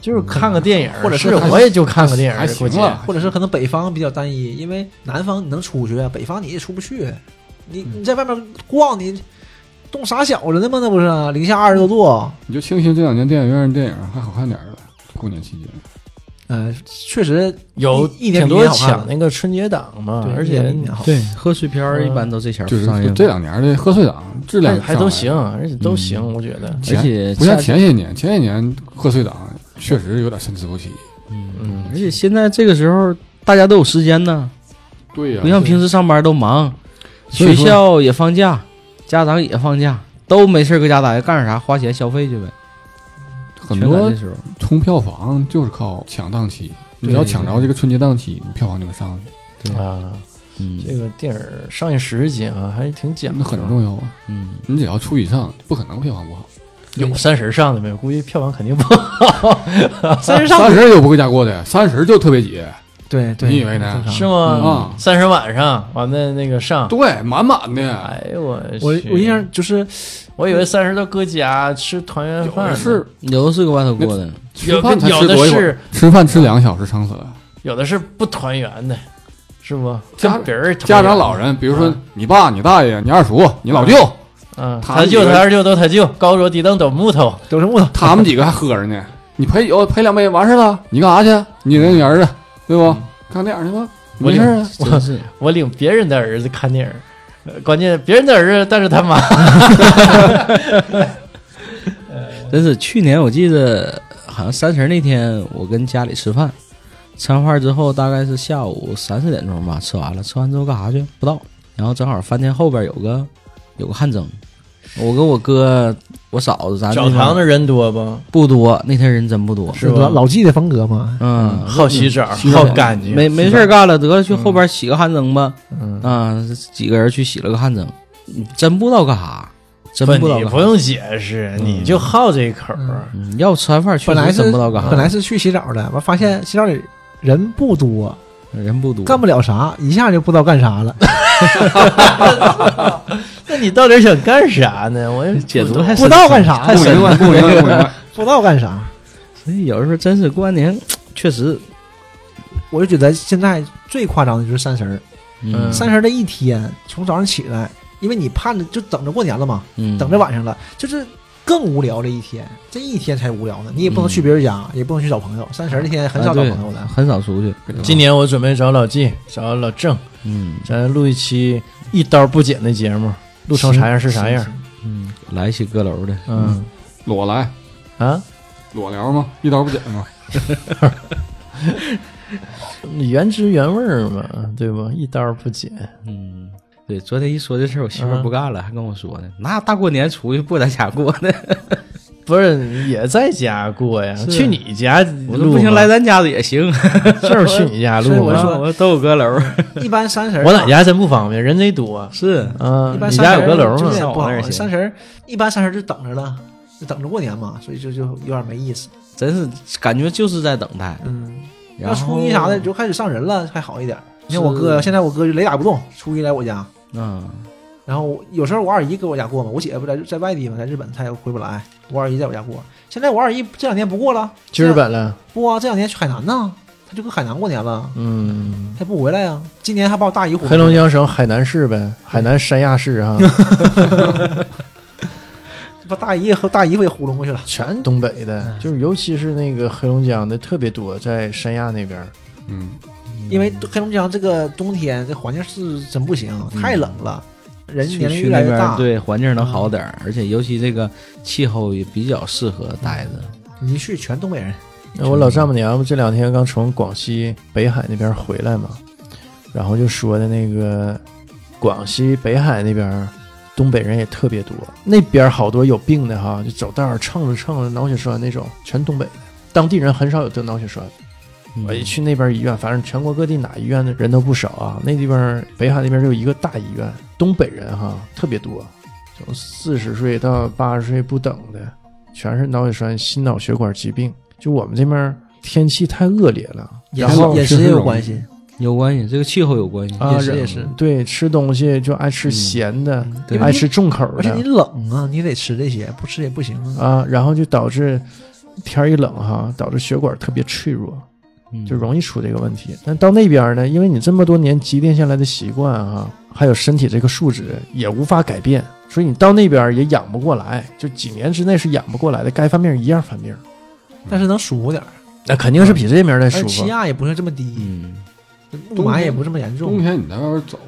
就是看个电影儿，嗯 或者是是看我也就看个电影儿还，行过节了，或者是可能北方比较单一，因为南方你能出去，啊北方你也出不去，你你在外面逛你。冻傻小子呢吗？那不是啊零下二十多度，你就庆幸这两年电影院电影还好看点儿了。过年期间，呃，确实有一一年挺比多一年好看抢那个春节档嘛对，而一年且比一年好对，贺岁片儿一般都这前儿就是上映，这两年的贺岁档质量还还上啊都来行，了，而且都嗯行，我觉得。前而且不像夏前些年，前些年贺岁档确实有点参差不齐。嗯，而且现在这个时候大家都有时间呢，对呀不像平时上班都忙，所学以说校也放假，家长也放假，都没事儿搁家待着，干啥花钱消费去呗。很全赶多这时候，冲票房就是靠抢档期，你只要抢着这个春节档期，你票房就能上去，啊，嗯这个电影儿上映时间啊，还挺讲究，那很重要啊。嗯，你只要出以上，不可能票房不好。有三十上的没有？估计票房肯定不好，三十上三十有不回家过的，三十就特别挤，对对，你以为呢？是吗？嗯三十晚上完了那个上，对，满满的。啊哎呦我我去我印象就是我以为三十都搁家吃团圆有饭的呢，是有的是个外头过的，吃饭才有吃的多一会是儿，吃饭吃两个小时撑死了。有的是不团圆的，是不？家跟别人家长老人，比如说嗯你爸、你大爷、你二叔、你老舅，啊，他他舅以为他二舅都他舅，高桌低凳抖木头，都是木头，他们几个还喝着呢。你陪酒陪两杯完事儿了，你干啥去？你那你儿子对不？看电影去吧，嗯我没事儿啊。真是我领别人的儿子看电影儿，呃关键别人的儿子带着他妈，真是。去年我记得好像三十那天，我跟家里吃饭，吃完饭之后大概是下午三四点钟吧，吃完了，吃完之后干啥去？不知道。然后正好饭店后边有个有个汗蒸，我跟我哥、我嫂子，咱那澡帮堂的人多不？不多，那天人真不多。是老吧？老纪的风格嘛，嗯，好洗澡，洗澡好干净，没没事儿干了，得了，去后边洗个汗蒸吧。嗯，啊，几个人去洗了个汗蒸，嗯真不知道干啥，真不，知道你干不啥。用解释，你就好这口儿，嗯要吃完饭确本来实是真不知道干本啥，来是去洗澡的，完发现洗澡里人不多，人不多，干不了啥，一下就不知道干啥了。那你到底想干啥呢？我也解读我都还不知道干啥，不明 白，不明白，不明白。不知道干啥。所以有的时候真是过完年，确实，我就觉得现在最夸张的就是三十儿，嗯三十儿的一天从早上起来，因为你盼着就等着过年了嘛，嗯，等着晚上了，就是更无聊这一天，这一天才无聊呢。你也不能去别人家，也不能去找朋友，三十儿那天很少啊找对朋友的。很少出去，今年我准备找老纪，找老郑，嗯咱录一期一刀不剪的节目，录成啥样是啥样。嗯，来一起阁楼的，嗯裸来啊，裸聊吗？一刀不剪吗？原汁原味儿嘛，对吧？一刀不剪，嗯。对，昨天一说这事儿，我媳嗯妇儿不干了，还跟我说呢，那大过年出去不在家过呢，不是也在家过呀？是去你家我说录不行，吗来咱家也行，就是去你家所以录我吗。说我都有阁楼，一般三十儿啊，我哪家真不方便，人贼多。是，啊一，般你三家十有阁儿楼就吗是？不上我好那儿也，行三十儿一般三十儿就等着了，就等着过年嘛，所以就就有点没意思。真是感觉就是在等待。嗯，然要后初一啥的，就开始上人了，还好一点。你看是我哥，现在我哥就雷打不动，初一来我家，嗯，然后有时候我二姨搁我家过嘛，我姐不在在外地嘛，在日本她也回不来，我二姨在我家过。现在我二姨这两年不过了，去日本了。不啊，这两年去海南呢，她就搁海南过年了，嗯，她不回来啊。今年还把我大姨呼，黑龙江省海南市呗，海南三亚市啊，把大姨和大姨夫也糊弄过去了。全东北的，就是尤其是那个黑龙江的特别多，在三亚那边儿。嗯，因为黑龙江这个冬天这环境是真不行，太冷了，人嗯去年龄去越那来越边大。对环境能嗯好点儿，而且尤其这个气候也比较适合嗯待着。你一去全东北人，那我老丈母娘这两天刚从广西北海那边回来嘛，然后就说的那个广西北海那边儿，东北人也特别多，那边儿好多有病的哈，就走道儿蹭着蹭着脑血栓那种，全东北的，当地人很少有得脑血栓。我嗯一哎去那边医院，反正全国各地哪医院的人都不少啊。那地方北海那边就有一个大医院，东北人哈特别多，从四十岁到八十岁不等的，全是脑血栓、心脑血管疾病。就我们这边天气太恶劣了，饮然食后饮吃食也这有种关系，有关系，这个气候有关系。啊饮食人也是，嗯对吃东西就爱吃咸的，对爱吃重口而且你的冷啊，你得吃这些，不吃也不行啊。啊，然后就导致天儿一冷哈，导致血管特别脆弱。嗯就容易出这个问题。但到那边呢，因为你这么多年积淀下来的习惯啊，还有身体这个数值也无法改变，所以你到那边也养不过来，就几年之内是养不过来的，该犯病一样犯病，嗯啊但是能舒服点儿，那肯定是比这边的而且舒气服。压也不是这么低，嗯，雾霾也不是这么严冬重。天你在外边走，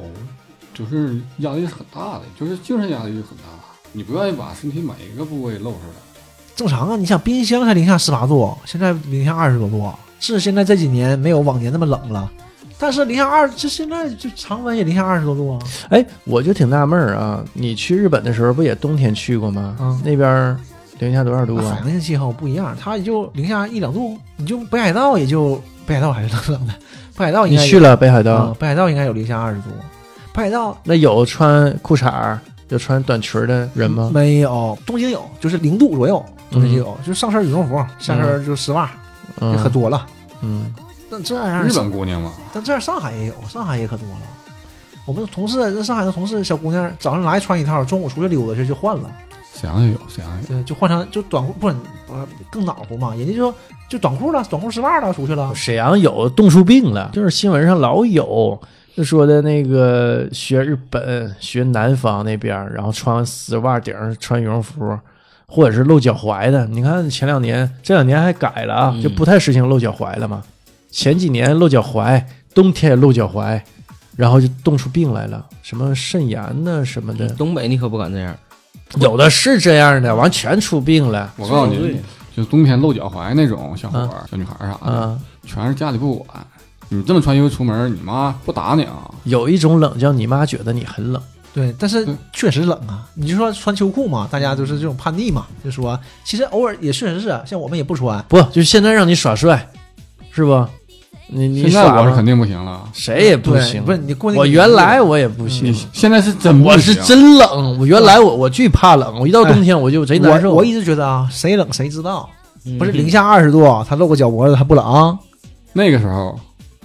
就是压力是很大的，就是精神压力是很大的。你不愿意把身体每一个部位露出来，正常啊，你想冰箱才零下十八度，现在零下二十多度，是现在这几年没有往年那么冷了，但是零下二，这现在就常温也零下二十多度啊。哎，我就挺纳闷儿啊，你去日本的时候不也冬天去过吗？嗯那边零下多少度那啊反？应气候不一样，它也就零下一两度，你就北海道也就北海道还是冷冷的，北海道应你该去了北海道，啊、北海道应该有零下二十度，北海道那有穿裤衩儿、有穿短裙儿的人吗？没有，东京有，就是零度左右，东京有，就上身羽绒服，下身就丝袜，嗯，就可多了。嗯，但这样日本姑娘嘛，但这样上海也有，上海也可多了。我们同事，这上海的同事小姑娘，早上来穿一套，中午出去溜达去就换了，沈阳也有，沈阳也对，就换成就短裤，不是呃更暖和嘛？人家就说就短裤了，短裤丝袜了，出去了。沈阳有冻出病了，就是新闻上老有，就说的那个学日本、学南方那边儿，然后穿丝袜顶上穿羽绒服，或者是露脚踝的。你看前两年，这两年还改了啊，嗯就不太实行露脚踝了嘛。前几年露脚踝，冬天也露脚踝，然后就冻出病来了，什么肾炎呐什么的，东北你可不敢这样。有的是这样的，完全出病了有。我告诉你，就冬天露脚踝那种小伙儿、小女孩儿啥的，啊。全是家里不管。你这么穿衣服出门，你妈不打你啊？有一种冷叫你妈觉得你很冷，对，但是对嗯确实冷啊。你就说穿秋裤嘛，大家就是这种叛逆嘛，就说其实偶尔也确实是，啊像我们也不穿，不就现在让你耍帅，是不？你你现在耍我是吗肯定不行了。谁也不对行，不是你过那个我原来我也不你嗯行，现在是真不我是行真冷，我原来我我巨怕冷，我一到冬天我就贼难受。我我一直觉得啊，谁冷谁知道，不是嗯零下二十度，啊他露个脚脖子他不嗯冷，那个时候，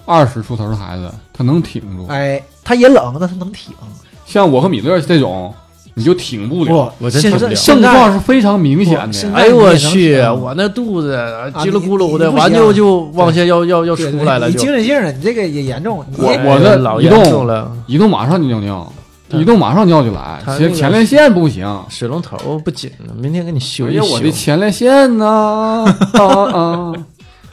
二十出头的孩子他能挺住，哎，他也冷，但他能挺。像我和米勒这种，你就挺不了。我真现受不在了症现在状是非常明显现的。在哎呦我你去，也能我那肚子啊叽里你咕噜的，你不完行就就往下要要要对出来了，你就哎精神性的，你这个也严重。你我这我的老移严动重了，移动马上就尿尿，对移动马上尿就来，他那前个前列腺不行。水龙头不紧了，明天给你修哎一呀，我的修。前列 腺呢？啊啊！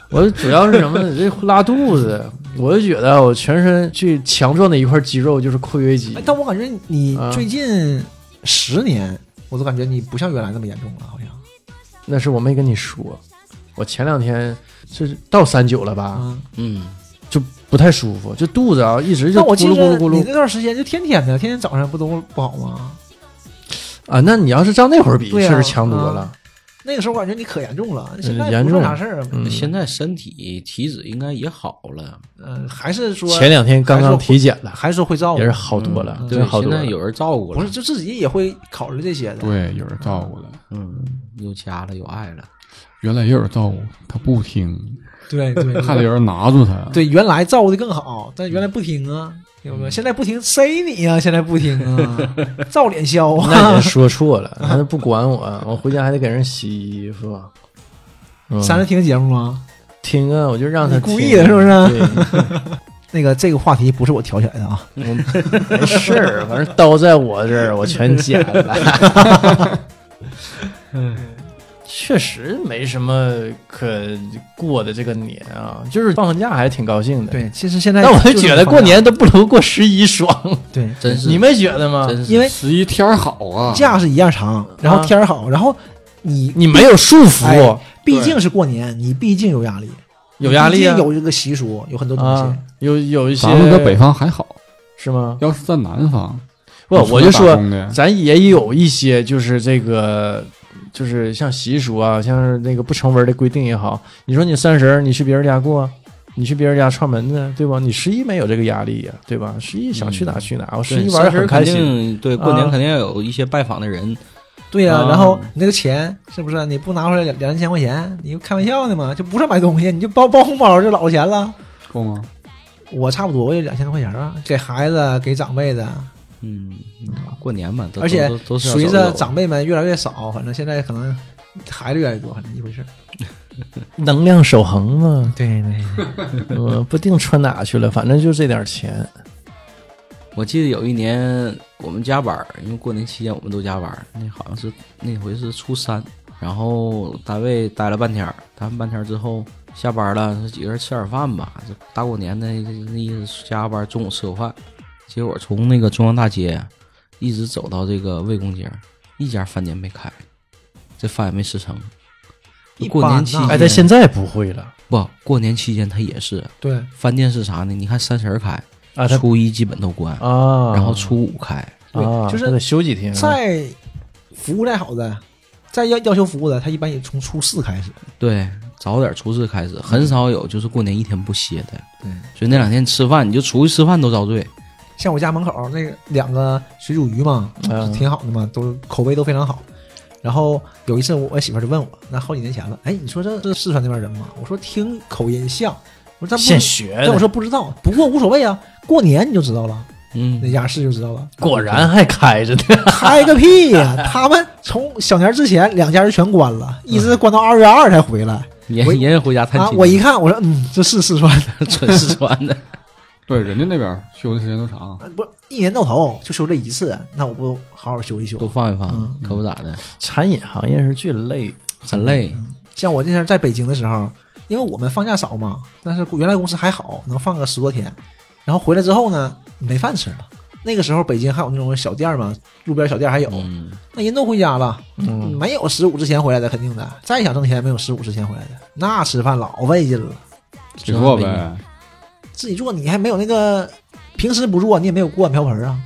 我主要是什么 呢？这拉肚子，我就觉得我全身最强壮的一块肌肉就是括约肌哎，但我感觉你啊最近十年，我都感觉你不像原来那么严重了，好像。那是我没跟你说，我前两天是到三九了吧，啊，嗯，就不太舒服，就肚子啊一直就但我咕记噜咕噜得咕你噜那段时间就天天的，天天早上不都不好吗？啊。那你要是照那会儿比，对确啊实强多了。那个时候感觉你可严重了，现在嗯严不重算啥事儿啊。嗯现在身体体脂应该也好了，嗯，还是说前两天刚刚体检了，还是嗯说会照也是顾，好多了，真嗯对，好现多在了。有人照顾不了是，就自己也会考虑这些的。对，有人照顾了，嗯，有家了，有爱了，原来也有人照顾他，不听，对对 还得对有人拿住他。对，原来照顾的更好，嗯但原来不听啊，有没有？现在不听，塞你呀、现在不听啊， 照脸削啊。那也说错 了，他都不管我，我回家还得给人洗衣服。嗯三人听节目吗？听啊，我就让他你故听意的是不是对，那个这个话题不是我挑起来的啊， 没事儿，反正刀在我这儿，我全捡了。 确实没什么可过的这个年啊，就是放假还挺高兴的。对，其实现在但我就就觉得过年都不如过十一爽，对，真是你没觉得吗？真是因为十一天儿好啊，假是一样长，然后天儿好，然后你你没有束缚，哎毕竟是过年，你毕竟有压力，有压力啊毕竟有这个习俗，有很多东啊西。，有有一些咱们搁北方还好，是吗？要是在南方，不，你除我了就打说工的咱也有一些就是这个，就是像习俗啊，像是那个不成文的规定也好。你说你三十儿，你去别人家过，你去别人家串门子，对吧？你十一没有这个压力呀、对吧？十一想去哪去哪，我十一玩的很开心。心。对，过年啊肯定要有一些拜访的人，对呀、啊然后你那个钱是不是你不拿回来两两三千块钱，你开玩笑呢嘛？就不是买东西，你就包包红包就老钱了。够吗？我差不多我也两千多块钱啊，给孩子给长辈的，嗯，过年嘛，都而且都都是要随走一着走长辈们越来越少，反正现在可能孩子越来越多，反正一回事儿。能量守恒 嘛，对对，我不定穿哪去了，反正就这点钱。我记得有一年我们加班儿，因为过年期间我们都加班儿，那好像是那回是初三，然后单位待了半天儿，待完半天儿之后下班了，说几个人吃点饭吧，这大过年的那意思加班儿中午吃口饭，结果从那个中央大街一直走到这个魏公街儿，一家饭店没开，这饭也没吃成。一过般年呐期哎，间，但现在不会了不过年期间他也是对，饭店是啥呢？你看三十儿开，啊，他初一基本都关，啊，然后初五开。对啊，就是他得休几天啊。再服务再好的，再要要求服务的，他一般也从初四开始。对，早点出事开始，很少有就是过年一天不歇的。嗯对，所以那两天吃饭，你就出去吃饭都遭罪。像我家门口那个两个水煮鱼嘛，嗯挺好的嘛，都口碑都非常好。然后有一次我，我媳妇儿就问我，那好几年前了，哎，你说这这是四川那边人吗？我说听口音像，我说咱现不，学但我的，说不知道，不过无所谓啊，过年你就知道了，嗯那，家是就知道了。果然还开着呢。开个屁呀、他们从小年之前两家就全关了，嗯一直关到二月二才回来人我人家回家探啊！亲，我一看，我说嗯，这是四川的， 纯四川 的，对，人家那边休的时间都长，啊不一年到头就休这一次，那我不好好休一休都？放一放，嗯嗯可不咋的， 餐饮行业是最累的，很累。像我那前在北京的时候，因为我们放假少嘛，但是原来公司还好，能放个十多天。然后回来之后呢，没饭吃了。那个时候北京还有那种小店嘛，路边小店还有，嗯，那人都回家了，嗯，没有十五之前回来的肯定的。再想挣钱，没有十五之前回来的，那吃饭老费劲了。只做呗。自己做你还没有那个，平时不做你也没有锅碗瓢盆啊，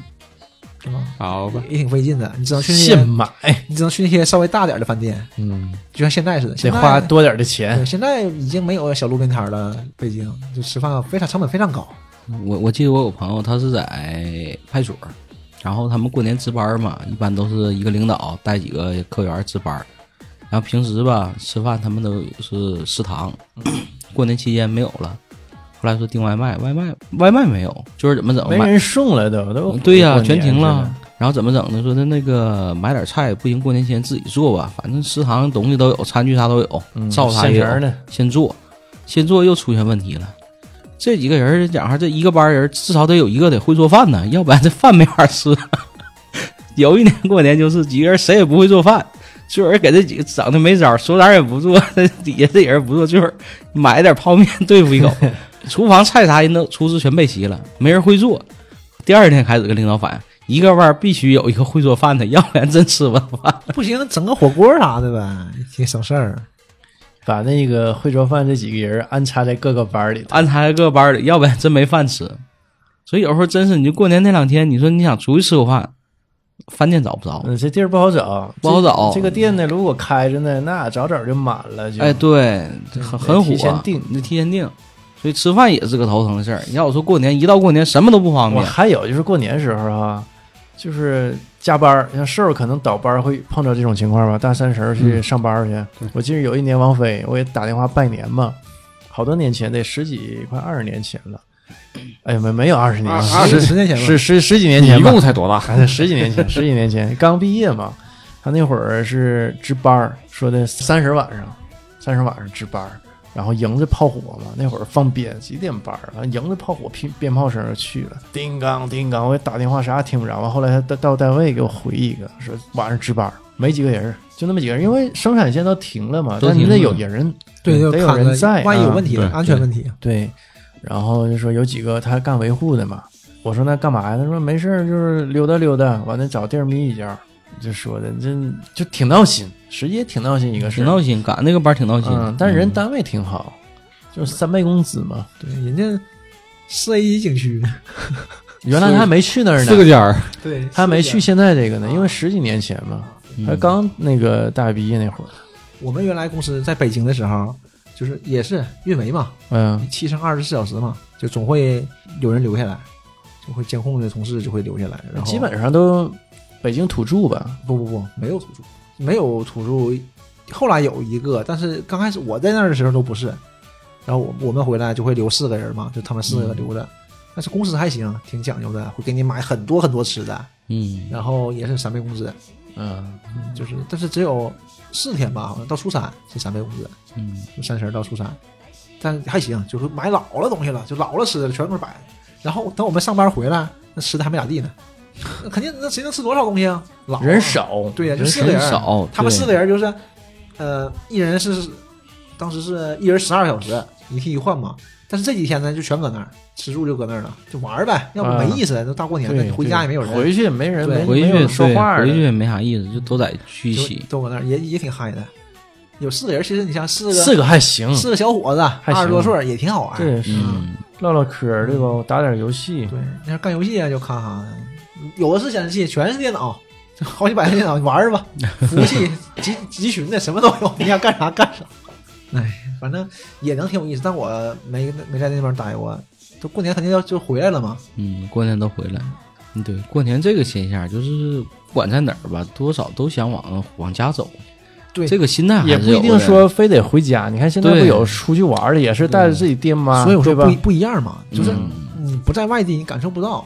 是吧？好吧，也挺费劲的，你只能去那现些，买，你只能去那些稍微大点的饭店，嗯，就像现在似的，得现在花多点的钱对，。现在已经没有小路边摊了。北京就吃饭非常成本非 常高，我我记得我有朋友，他是在派出所，然后他们过年值班嘛，一般都是一个领导带几个科员值班，然后平时吧吃饭他们都是食堂，嗯过年期间没有了，后来说订外卖，外卖外卖没有，就是怎么整没买人送了都都嗯对呀、过年全停似了的。然后怎么整呢？说的那个买点菜不行，过年前自己做吧，反正食堂东西都有，餐具啥都有，嗯，灶啥现也成有，儿的，先做，先做又出现问题了。这几个人讲话，这一个班人至少得有一个得会做饭呢，要不然这饭没法吃。 有一年过年就是几个人谁也不会做饭，最后人给这几个整的没招儿，说啥也不做， 这底下这人不做，最后买点泡面对付一口。厨房菜啥人都厨师全备齐了，没人会做。第二天开始跟领导反映，一个班必须有一个会做饭的，要不然真吃不了饭。不行整个火锅啥的呗，也省事儿。把那个会做饭这几个人安插在各个班儿里头。安排各个班儿里，要不然真没饭吃。所以有时候真是，你就过年那两天，你说你想出去吃口饭，饭店找不着。嗯，这地儿不好找，不好这找这个店呢，如果开着呢，那早早就满了。就哎，，对，很很火，提前订你得提前订。所以吃饭也是个头疼的事儿。你要我说过年，一到过年什么都不方我便。还有就是过年时候啊，就是加班儿，像瘦儿可能倒班儿会碰到这种情况吧。大三十儿去上班儿去，我记得有一年王菲，我也打电话拜年嘛，好多年前，得十几快二十年前了。哎呀，没没有二十年二前，二十十年前吧，十十十几年你前一吧，共才多 大？还是十几年前，十几年前刚毕业嘛，他那会儿是值班儿，说的三十晚上，三十晚上值班儿，然后迎着炮火嘛，那会儿放鞭几点班儿啊，迎着炮火鞭鞭炮声就去了，叮当叮当，我也打电话啥也听不着，完后来他到到单位给我回一个，说晚上值班儿没几个人儿，就那么几个人，因为生产线都停了嘛，都但你停得了有人，对，就得有看人着在，万一有啊问题，对安全问题。对，然后就说有几个他干维护的嘛，我说那干嘛呀？他说没事儿，就是溜达溜达，完了找地儿眯一觉，就说的这就挺闹心，实际也挺闹心一个事挺儿，嗯闹心，赶那个班儿挺闹心。嗯，但是人单位挺好，就是三倍工资嘛。对，人家四 A 级景区，原来他还没去那儿呢，四个尖儿，对，他还没去是现在这个呢，因为十几年前嘛，嗯还刚那个大学毕业那会儿，这样。我们原来公司在北京的时候，就是也是运维嘛，嗯，七乘二十四小时嘛，就总会有人留下来，就会监控的同事就会留下来，然嗯后基本上都北京土著吧，不不不，没有土著，没有土著。后来有一个，但是刚开始我在那儿的时候都不是。然后我我们回来就会留四个人嘛，就他们四个留着。但是公司还行，挺讲究的，会给你买很多很多吃的，嗯，然后也是三倍工资，嗯，就是但是只有四天吧，好像到初三是三倍工资，嗯，就三十儿到初三，但还行，就是买老了东西了，就老了吃的全都是摆。然后等我们上班回来，那吃的还没咋地呢，那肯定那谁能吃多少东西啊？老啊人少，对呀、就人四个人人少他们对四个人就是，呃，一人是当时是一人十二小时，一替一换嘛。但是这几天呢，就全搁那儿吃住就搁那儿了，就玩儿呗，要不没意思。那、大过年的，啊对，你回家也没有回人，去也没人，对没回没有去说话对的回去也没啥意思，就都在聚一就起。都搁那儿也也挺嗨的。有四个人，其实你像四个哎四个还行，四个小伙子，还行二十多岁儿也挺好玩。对，嗯，唠唠嗑儿对吧？打点游戏，对，那要干游戏啊，就咔咔的，有的是显示器，全是电脑。好几百台电脑，你玩儿吧，服务器集集群的，什么都有，你想干啥干啥。哎，反正也能挺有意思，但我没没在那边待过。都过年肯定要就回来了嘛，嗯，过年都回来。嗯，对，过年这个现象，就是不管在哪儿吧，多少都想往往家走。对这个心态还也是不一有定的说非得回家。你看现在对不有出去玩儿的，也是带着自己爹妈，所以我啊对说吧不？不一样嘛，就是嗯你不在外地，你感受不到；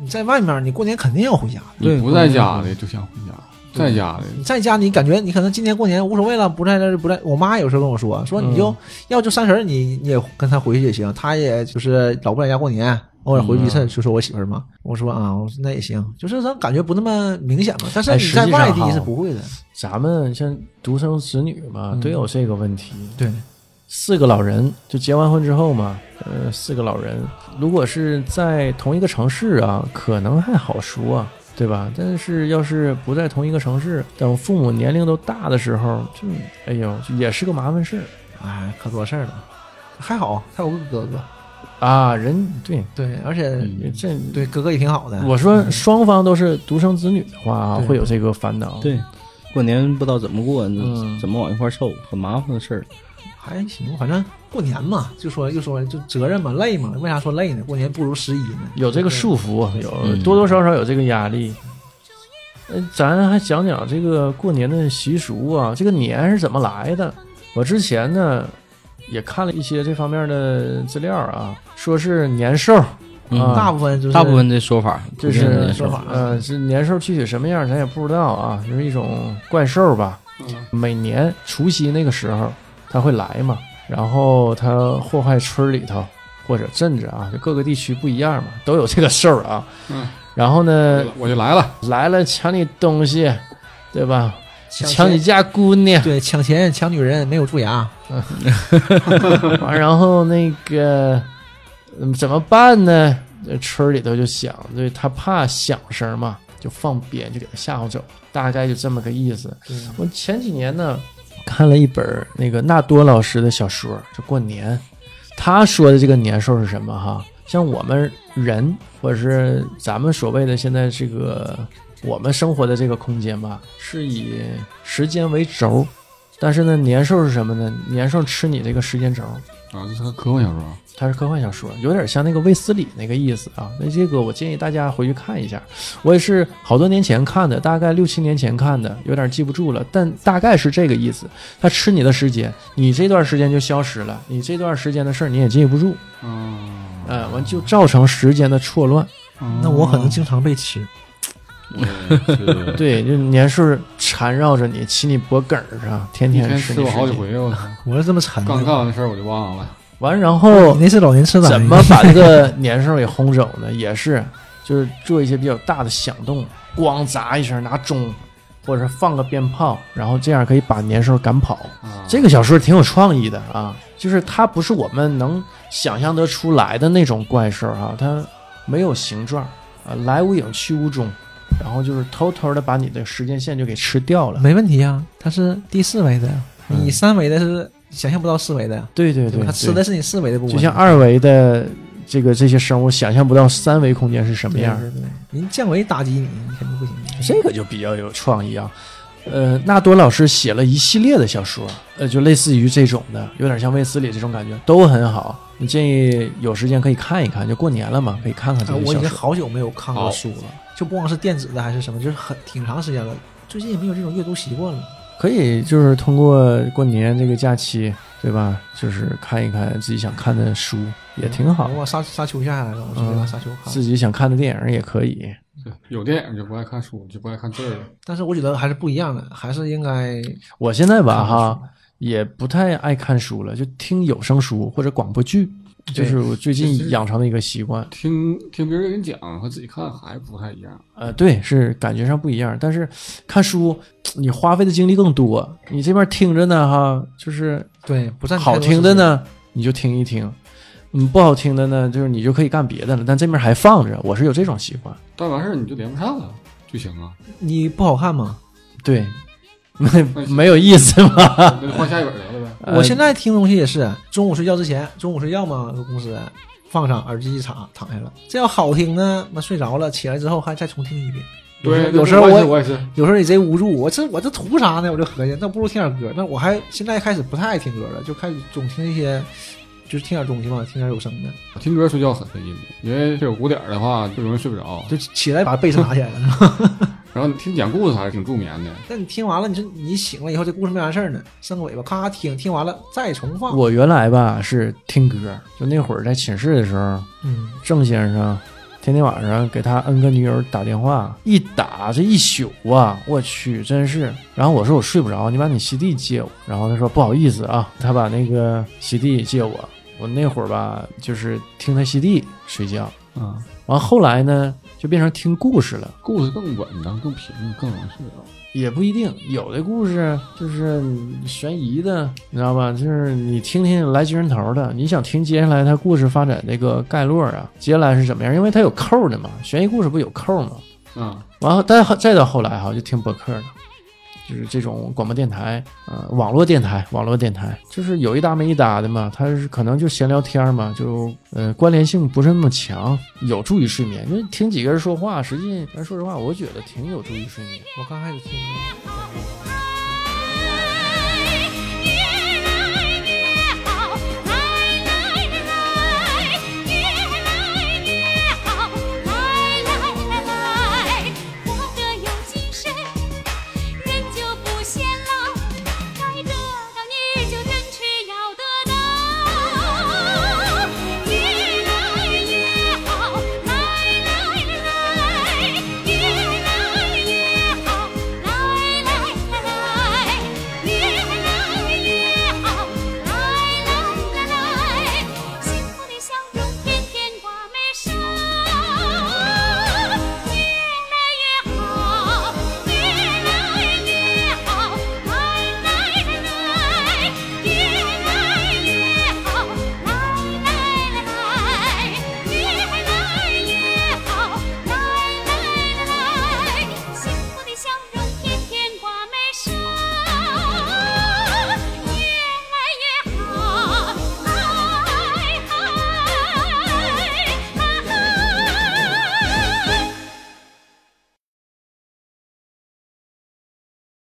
你在外面，你过年肯定要回家。对你不在家的就想回家，在家的你在家，你感觉你可能今年过年无所谓了，不在这儿不在。我妈有时候跟我说，说你就、嗯要就三十儿你你也跟她回去也行，她也就是老不在家过年，偶尔回去一嗯次，就说我媳妇儿嘛。我说啊，我说那也行，就是咱感觉不那么明显嘛。但是哎你实在际上外哈地是不会的，咱们像独生子女嘛，都有这个问题。对，四个老人就结完婚之后嘛，呃，四个老人如果是在同一个城市啊，可能还好说，对吧？但是要是不在同一个城市，等父母年龄都大的时候，就哎呦，就也是个麻烦事儿哎，可多事儿了。还好，还有个哥哥，啊。人对对，而且、这对哥哥也挺好啊的。嗯我说双方都是独生子女的话啊，对会有这个烦恼。，对，过年不知道怎么过，嗯怎么往一块儿凑，很麻烦的事儿。还行，反正过年嘛，就说又说就责任嘛，累嘛，为啥说累呢？过年不如十一呢。有这个束缚，有嗯多多少少有这个压力。嗯，咱还讲讲这个过年的习俗啊，这个年是怎么来的？我之前呢也看了一些这方面的资料啊，说是年兽啊，嗯大部分就是大部分的说法，就普遍是的说法，呃，这年兽具体什么样咱也不知道啊，就是一种怪兽吧。每年除夕那个时候，它会来嘛，然后它祸害村里头或者镇子啊，就各个地区不一样嘛，都有这个事儿啊。嗯，然后呢，我就来了。来了抢你东西，对吧？抢抢你家姑 娘，对，抢钱、抢女人，没有蛀牙，完 然后那个、嗯、怎么办呢？呃村里头就想，对他怕响声嘛，就放鞭，就给他吓唬走，大概就这么个意思。我前几年呢，看了一本那个纳多老师的小说，就过年，他说的这个年兽是什么哈？像我们人或者是咱们所谓的现在这个我们生活的这个空间吧，是以时间为轴，但是呢，年兽是什么呢？年兽吃你这个时间轴，啊，这是个科幻小说啊，它是科幻小说，有点像那个卫斯理那个意思啊。那这个我建议大家回去看一下，我也是好多年前看的，大概六七年前看的，有点记不住了，但大概是这个意思。它吃你的时间，你这段时间就消失了，你这段时间的事儿你也记不住，嗯， 嗯、完就造成时间的错乱。嗯那我可能经常被吃。 是对，就年数缠绕着你，骑你脖梗儿上，天一天天吃吃你我时好几间。回，我操！我是这么馋的。刚干完的事儿我就忘了。完，然后你那是老年痴呆。怎么把这个年兽给轰走呢？也 是，就是做一些比较大的响动，咣砸一声，拿钟，或者是放个鞭炮，然后这样可以把年兽赶跑。啊，这个小说挺有创意的啊，就是它不是我们能想象得出来的那种怪兽哈、它没有形状，啊，来无影去无踪，然后就是偷偷的把你的时间线就给吃掉了。没问题啊？它是第四维的，嗯你三维的是想象不到四维的，对对对对吧？它吃的是你四维的部分，就像二维的这个这些生物想象不到三维空间是什么对样，对对，您降维打击你，你肯定不行。这个就比较有创意啊。呃，纳多老师写了一系列的小说，呃，就类似于这种的，有点像卫斯理这种感觉，都很好。你建议有时间可以看一看，就过年了嘛，可以看看这啊，些我已小经说。好久没有看过好书了，就不光是电子的还是什么，就是很挺长时间了，最近也没有这种阅读习惯了。可以就是通过过年这个假期，对吧？就是看一看自己想看的书，也挺好。我沙沙丘下来了，我直接把嗯沙丘看自了，己想看的电影也可以。对有电影就不爱看书，就不爱看字儿了。但是我觉得还是不一样的，还是应该我现在吧看哈，也不太爱看书了，就听有声书或者广播剧，就是我最其近实养成的一个习惯。听听别人给你讲和自己看还不太一样。呃，对，是感觉上不一样，但是看书你花费的精力更多，你这边听着呢哈，就是对不占太好多听的时间，呢你就听一听，嗯，不好听的呢就是你就可以干别的了，但这面还放着，我是有这种习惯。但完事儿你就连不上了，就行啊。你不好看吗？对，没没有意思嘛。啊那就换下一本聊聊 呗。呃我现在听东西也是，中午睡觉之前，中午睡觉嘛，搁公司放上耳机一插，躺下了。这要好听呢，那睡着了，起来之后还再重听一遍。对，有时候我也我是我也是，有时候也贼无助，我这我这图啥呢？我就合计，那不如听点歌。那我还现在开始不太爱听歌了，就开始总听一些，就是听点东西嘛，听点有声的，我听歌睡觉很费劲的，因为这有鼓点儿的话就容易睡不着。就起来把被子拿起来了。 然后你听讲故事还是挺助眠的，但你听完了，你说你醒了以后，这故事没完事儿呢，伸个尾巴，咔听，听完了再重放。呃我原来吧是听歌，就那会儿在寝室的时候，嗯，郑先生天天晚上给他 N 个女友打电话，一打这一宿啊，我去，真是。然后我说我睡不着，你把你 CD 借我。然后他说不好意思啊，他把那个 CD 借我。我那会儿吧，就是听他 CD 睡觉。啊，完后来呢，就变成听故事了。故事更稳当、更平、更容易睡着。也不一定，有的故事就是悬疑的，你知道吧？就是你听听来精神头的，你想听接下来它故事发展这个概络啊，接下来是怎么样？因为它有扣的嘛，悬疑故事不有扣吗？啊，完后，再再到后来哈，就听播客了，就是这种广播电台，呃，网络电台，网络电台，就是有一搭没一搭的嘛，它是可能就闲聊天嘛，就呃关联性不是那么强，有助于睡眠。因为听几个人说话，实际咱说实话，我觉得挺有助于睡眠。我刚开始听。